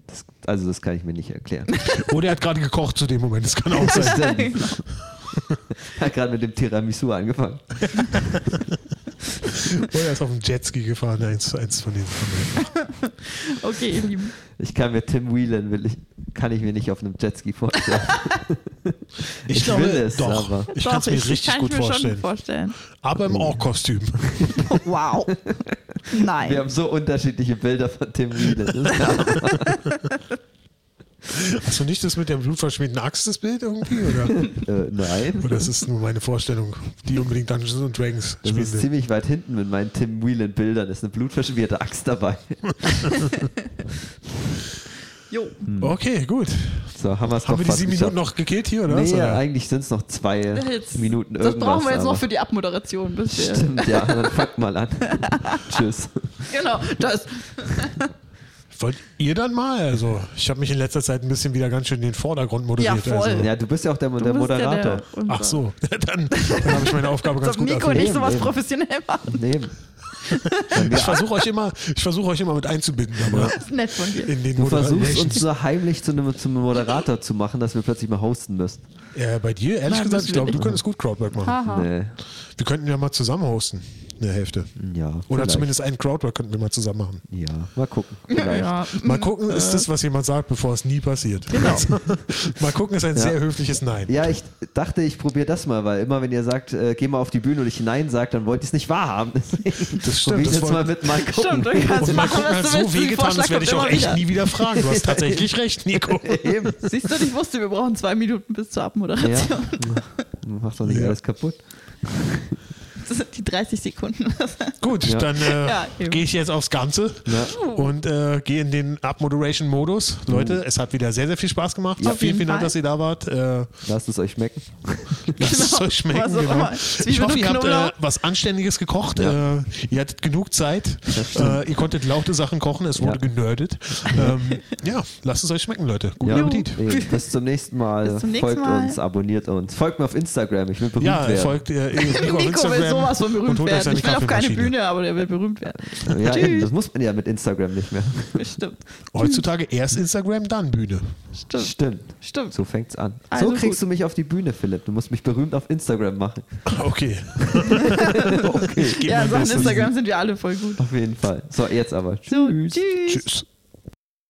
Das, also, das kann ich mir nicht erklären.
oder er hat gerade gekocht zu dem Moment. Das kann auch sein.
hat gerade mit dem Tiramisu angefangen.
Oder er ist auf dem Jetski gefahren. Eins, eins von den.
Okay, ihr Lieben.
Ich kann mir Tim Whelan, will ich, kann ich mir nicht auf einem Jetski vorstellen.
Ich,
will es,
doch.
aber- Hm.
Ich kann es mir
Doch, ich-
richtig
kann
gut
ich mir
vorstellen.
Schon vorstellen.
Aber im Ork-Kostüm.
Oh, wow.
Wir
Nein.
haben so unterschiedliche Bilder von Tim Whelan. Das ist
Hast du Also nicht das mit der blutverschmierten Axt, das Bild irgendwie? Oder,
äh, nein.
oder ist es nur meine Vorstellung, die unbedingt Dungeons und Dragons
Das
spielen
ist
will?
ziemlich weit hinten mit meinen Tim Whelan-Bildern. Ist eine blutverschmierte Axt dabei.
Jo.
hm, Okay, gut.
So, haben wir es doch
Haben wir die
fast
sieben
geschafft.
Minuten noch gekillt hier, oder? was?
Nee,
Oder?
eigentlich sind es noch zwei
Jetzt-
Minuten
Das
irgendwas.
brauchen wir jetzt noch
aber-
für die Abmoderation. Bis wir,
Stimmt, ja. Dann fangt mal an. Tschüss.
genau, das.
Wollt ihr dann mal? Also, ich habe mich in letzter Zeit ein bisschen wieder ganz schön in den Vordergrund moderiert.
Ja, voll.
Also.
Ja, du bist ja auch der, der
Du bist
Moderator.
Ja der, unser-
Ach so, dann, dann habe ich meine Aufgabe ganz
Dass
gut
Nico
erfüllt.
nicht sowas
Eben, eben.
professionell macht.
Neben.
Ich versuche euch immer, ich versuche euch immer mit einzubinden, aber
Das ist nett von dir.
in den
Du versuchst
Moderation-
uns so heimlich zu einem, zum Moderator zu machen, dass wir plötzlich mal hosten müssen.
Ja, bei dir, ehrlich
Nein,
gesagt,
müssen
ich
wir
glaube,
nicht.
du könntest gut Crowdwork machen.
Haha.
Nee.
Wir könnten ja mal zusammen hosten, eine Hälfte.
Ja,
Oder
vielleicht.
zumindest einen Crowdwork könnten wir mal zusammen machen.
Ja, mal gucken.
Ja,
Vielleicht.
ja.
Mal gucken,
äh.
ist das, was jemand sagt, bevor es nie passiert. Genau. mal gucken ist ein sehr höfliches Nein.
Ja, ich dachte, ich probiere das mal, weil immer, wenn ihr sagt, äh, geh mal auf die Bühne und ich Nein sage, dann wollt ihr es nicht wahrhaben. Deswegen
Das stimmt,
probier ich
das
jetzt
wollt-
mal mit mal gucken.
Stimmt, du kannst
Und mal
machen,
gucken,
was
hat
du
so
willst. Den
wehgetan,
Vorschlag
das werde ich
kommt
auch
immer
echt
wieder.
nie wieder fragen. Du hast tatsächlich recht, Nico.
Eben.
Siehst du, ich wusste, wir brauchen zwei Minuten bis zur
Ja.
Abmoderation.
Macht doch nicht
Ja.
alles kaputt.
Das sind die 30 Sekunden.
Gut,
Ja.
dann äh,
Ja, eben.
gehe ich jetzt aufs Ganze
Ja.
und äh, gehe in den Up-Moderation-Modus. Leute, es hat wieder sehr, sehr viel Spaß gemacht.
Mhm. Ja. Auf
vielen,
jeden
vielen Dank,
Fall.
dass ihr da wart. Äh,
Lasst es euch schmecken.
Lasst es
Genau.
euch schmecken.
Was auch
Genau.
immer.
Ich
Zwiebeln
hoffe,
und
ihr habt äh,
Knoblauch.
was Anständiges gekocht. Äh, ihr hattet genug Zeit. Äh, ihr konntet laute Sachen kochen. Es wurde
Ja.
genördet. Ähm, ja, lasst es euch schmecken, Leute. Guten
Ja.
Appetit.
Eben. Bis zum nächsten Mal.
Bis zum nächsten
folgt
Mal.
uns, abonniert uns. Folgt mir auf Instagram. Ich will berühmt
Ja,
werden.
folgt äh, Nico, auf
Nico
Instagram
will sowas von
und
berühmt
holt euch
werden.
seine
Ich will auf keine
Kaffeemaschine.
Bühne, aber der will berühmt werden.
Ja, eben.
Tschüss.
Das muss man ja mit Instagram nicht mehr.
Bestimmt.
Heutzutage erst Instagram, dann Bühne.
Stimmt.
Stimmt.
Stimmt.
So fängt's an.
Also
so kriegst
gut.
du mich auf die Bühne, Philipp. Du musst mich berühmt auf Instagram machen.
Okay.
Okay.
Ich gebe
Ja,
mein
so an
Bestes.
Instagram sind wir alle voll gut.
Auf jeden Fall. So, jetzt aber.
So,
Tschüss.
tschüss.
Tschüss.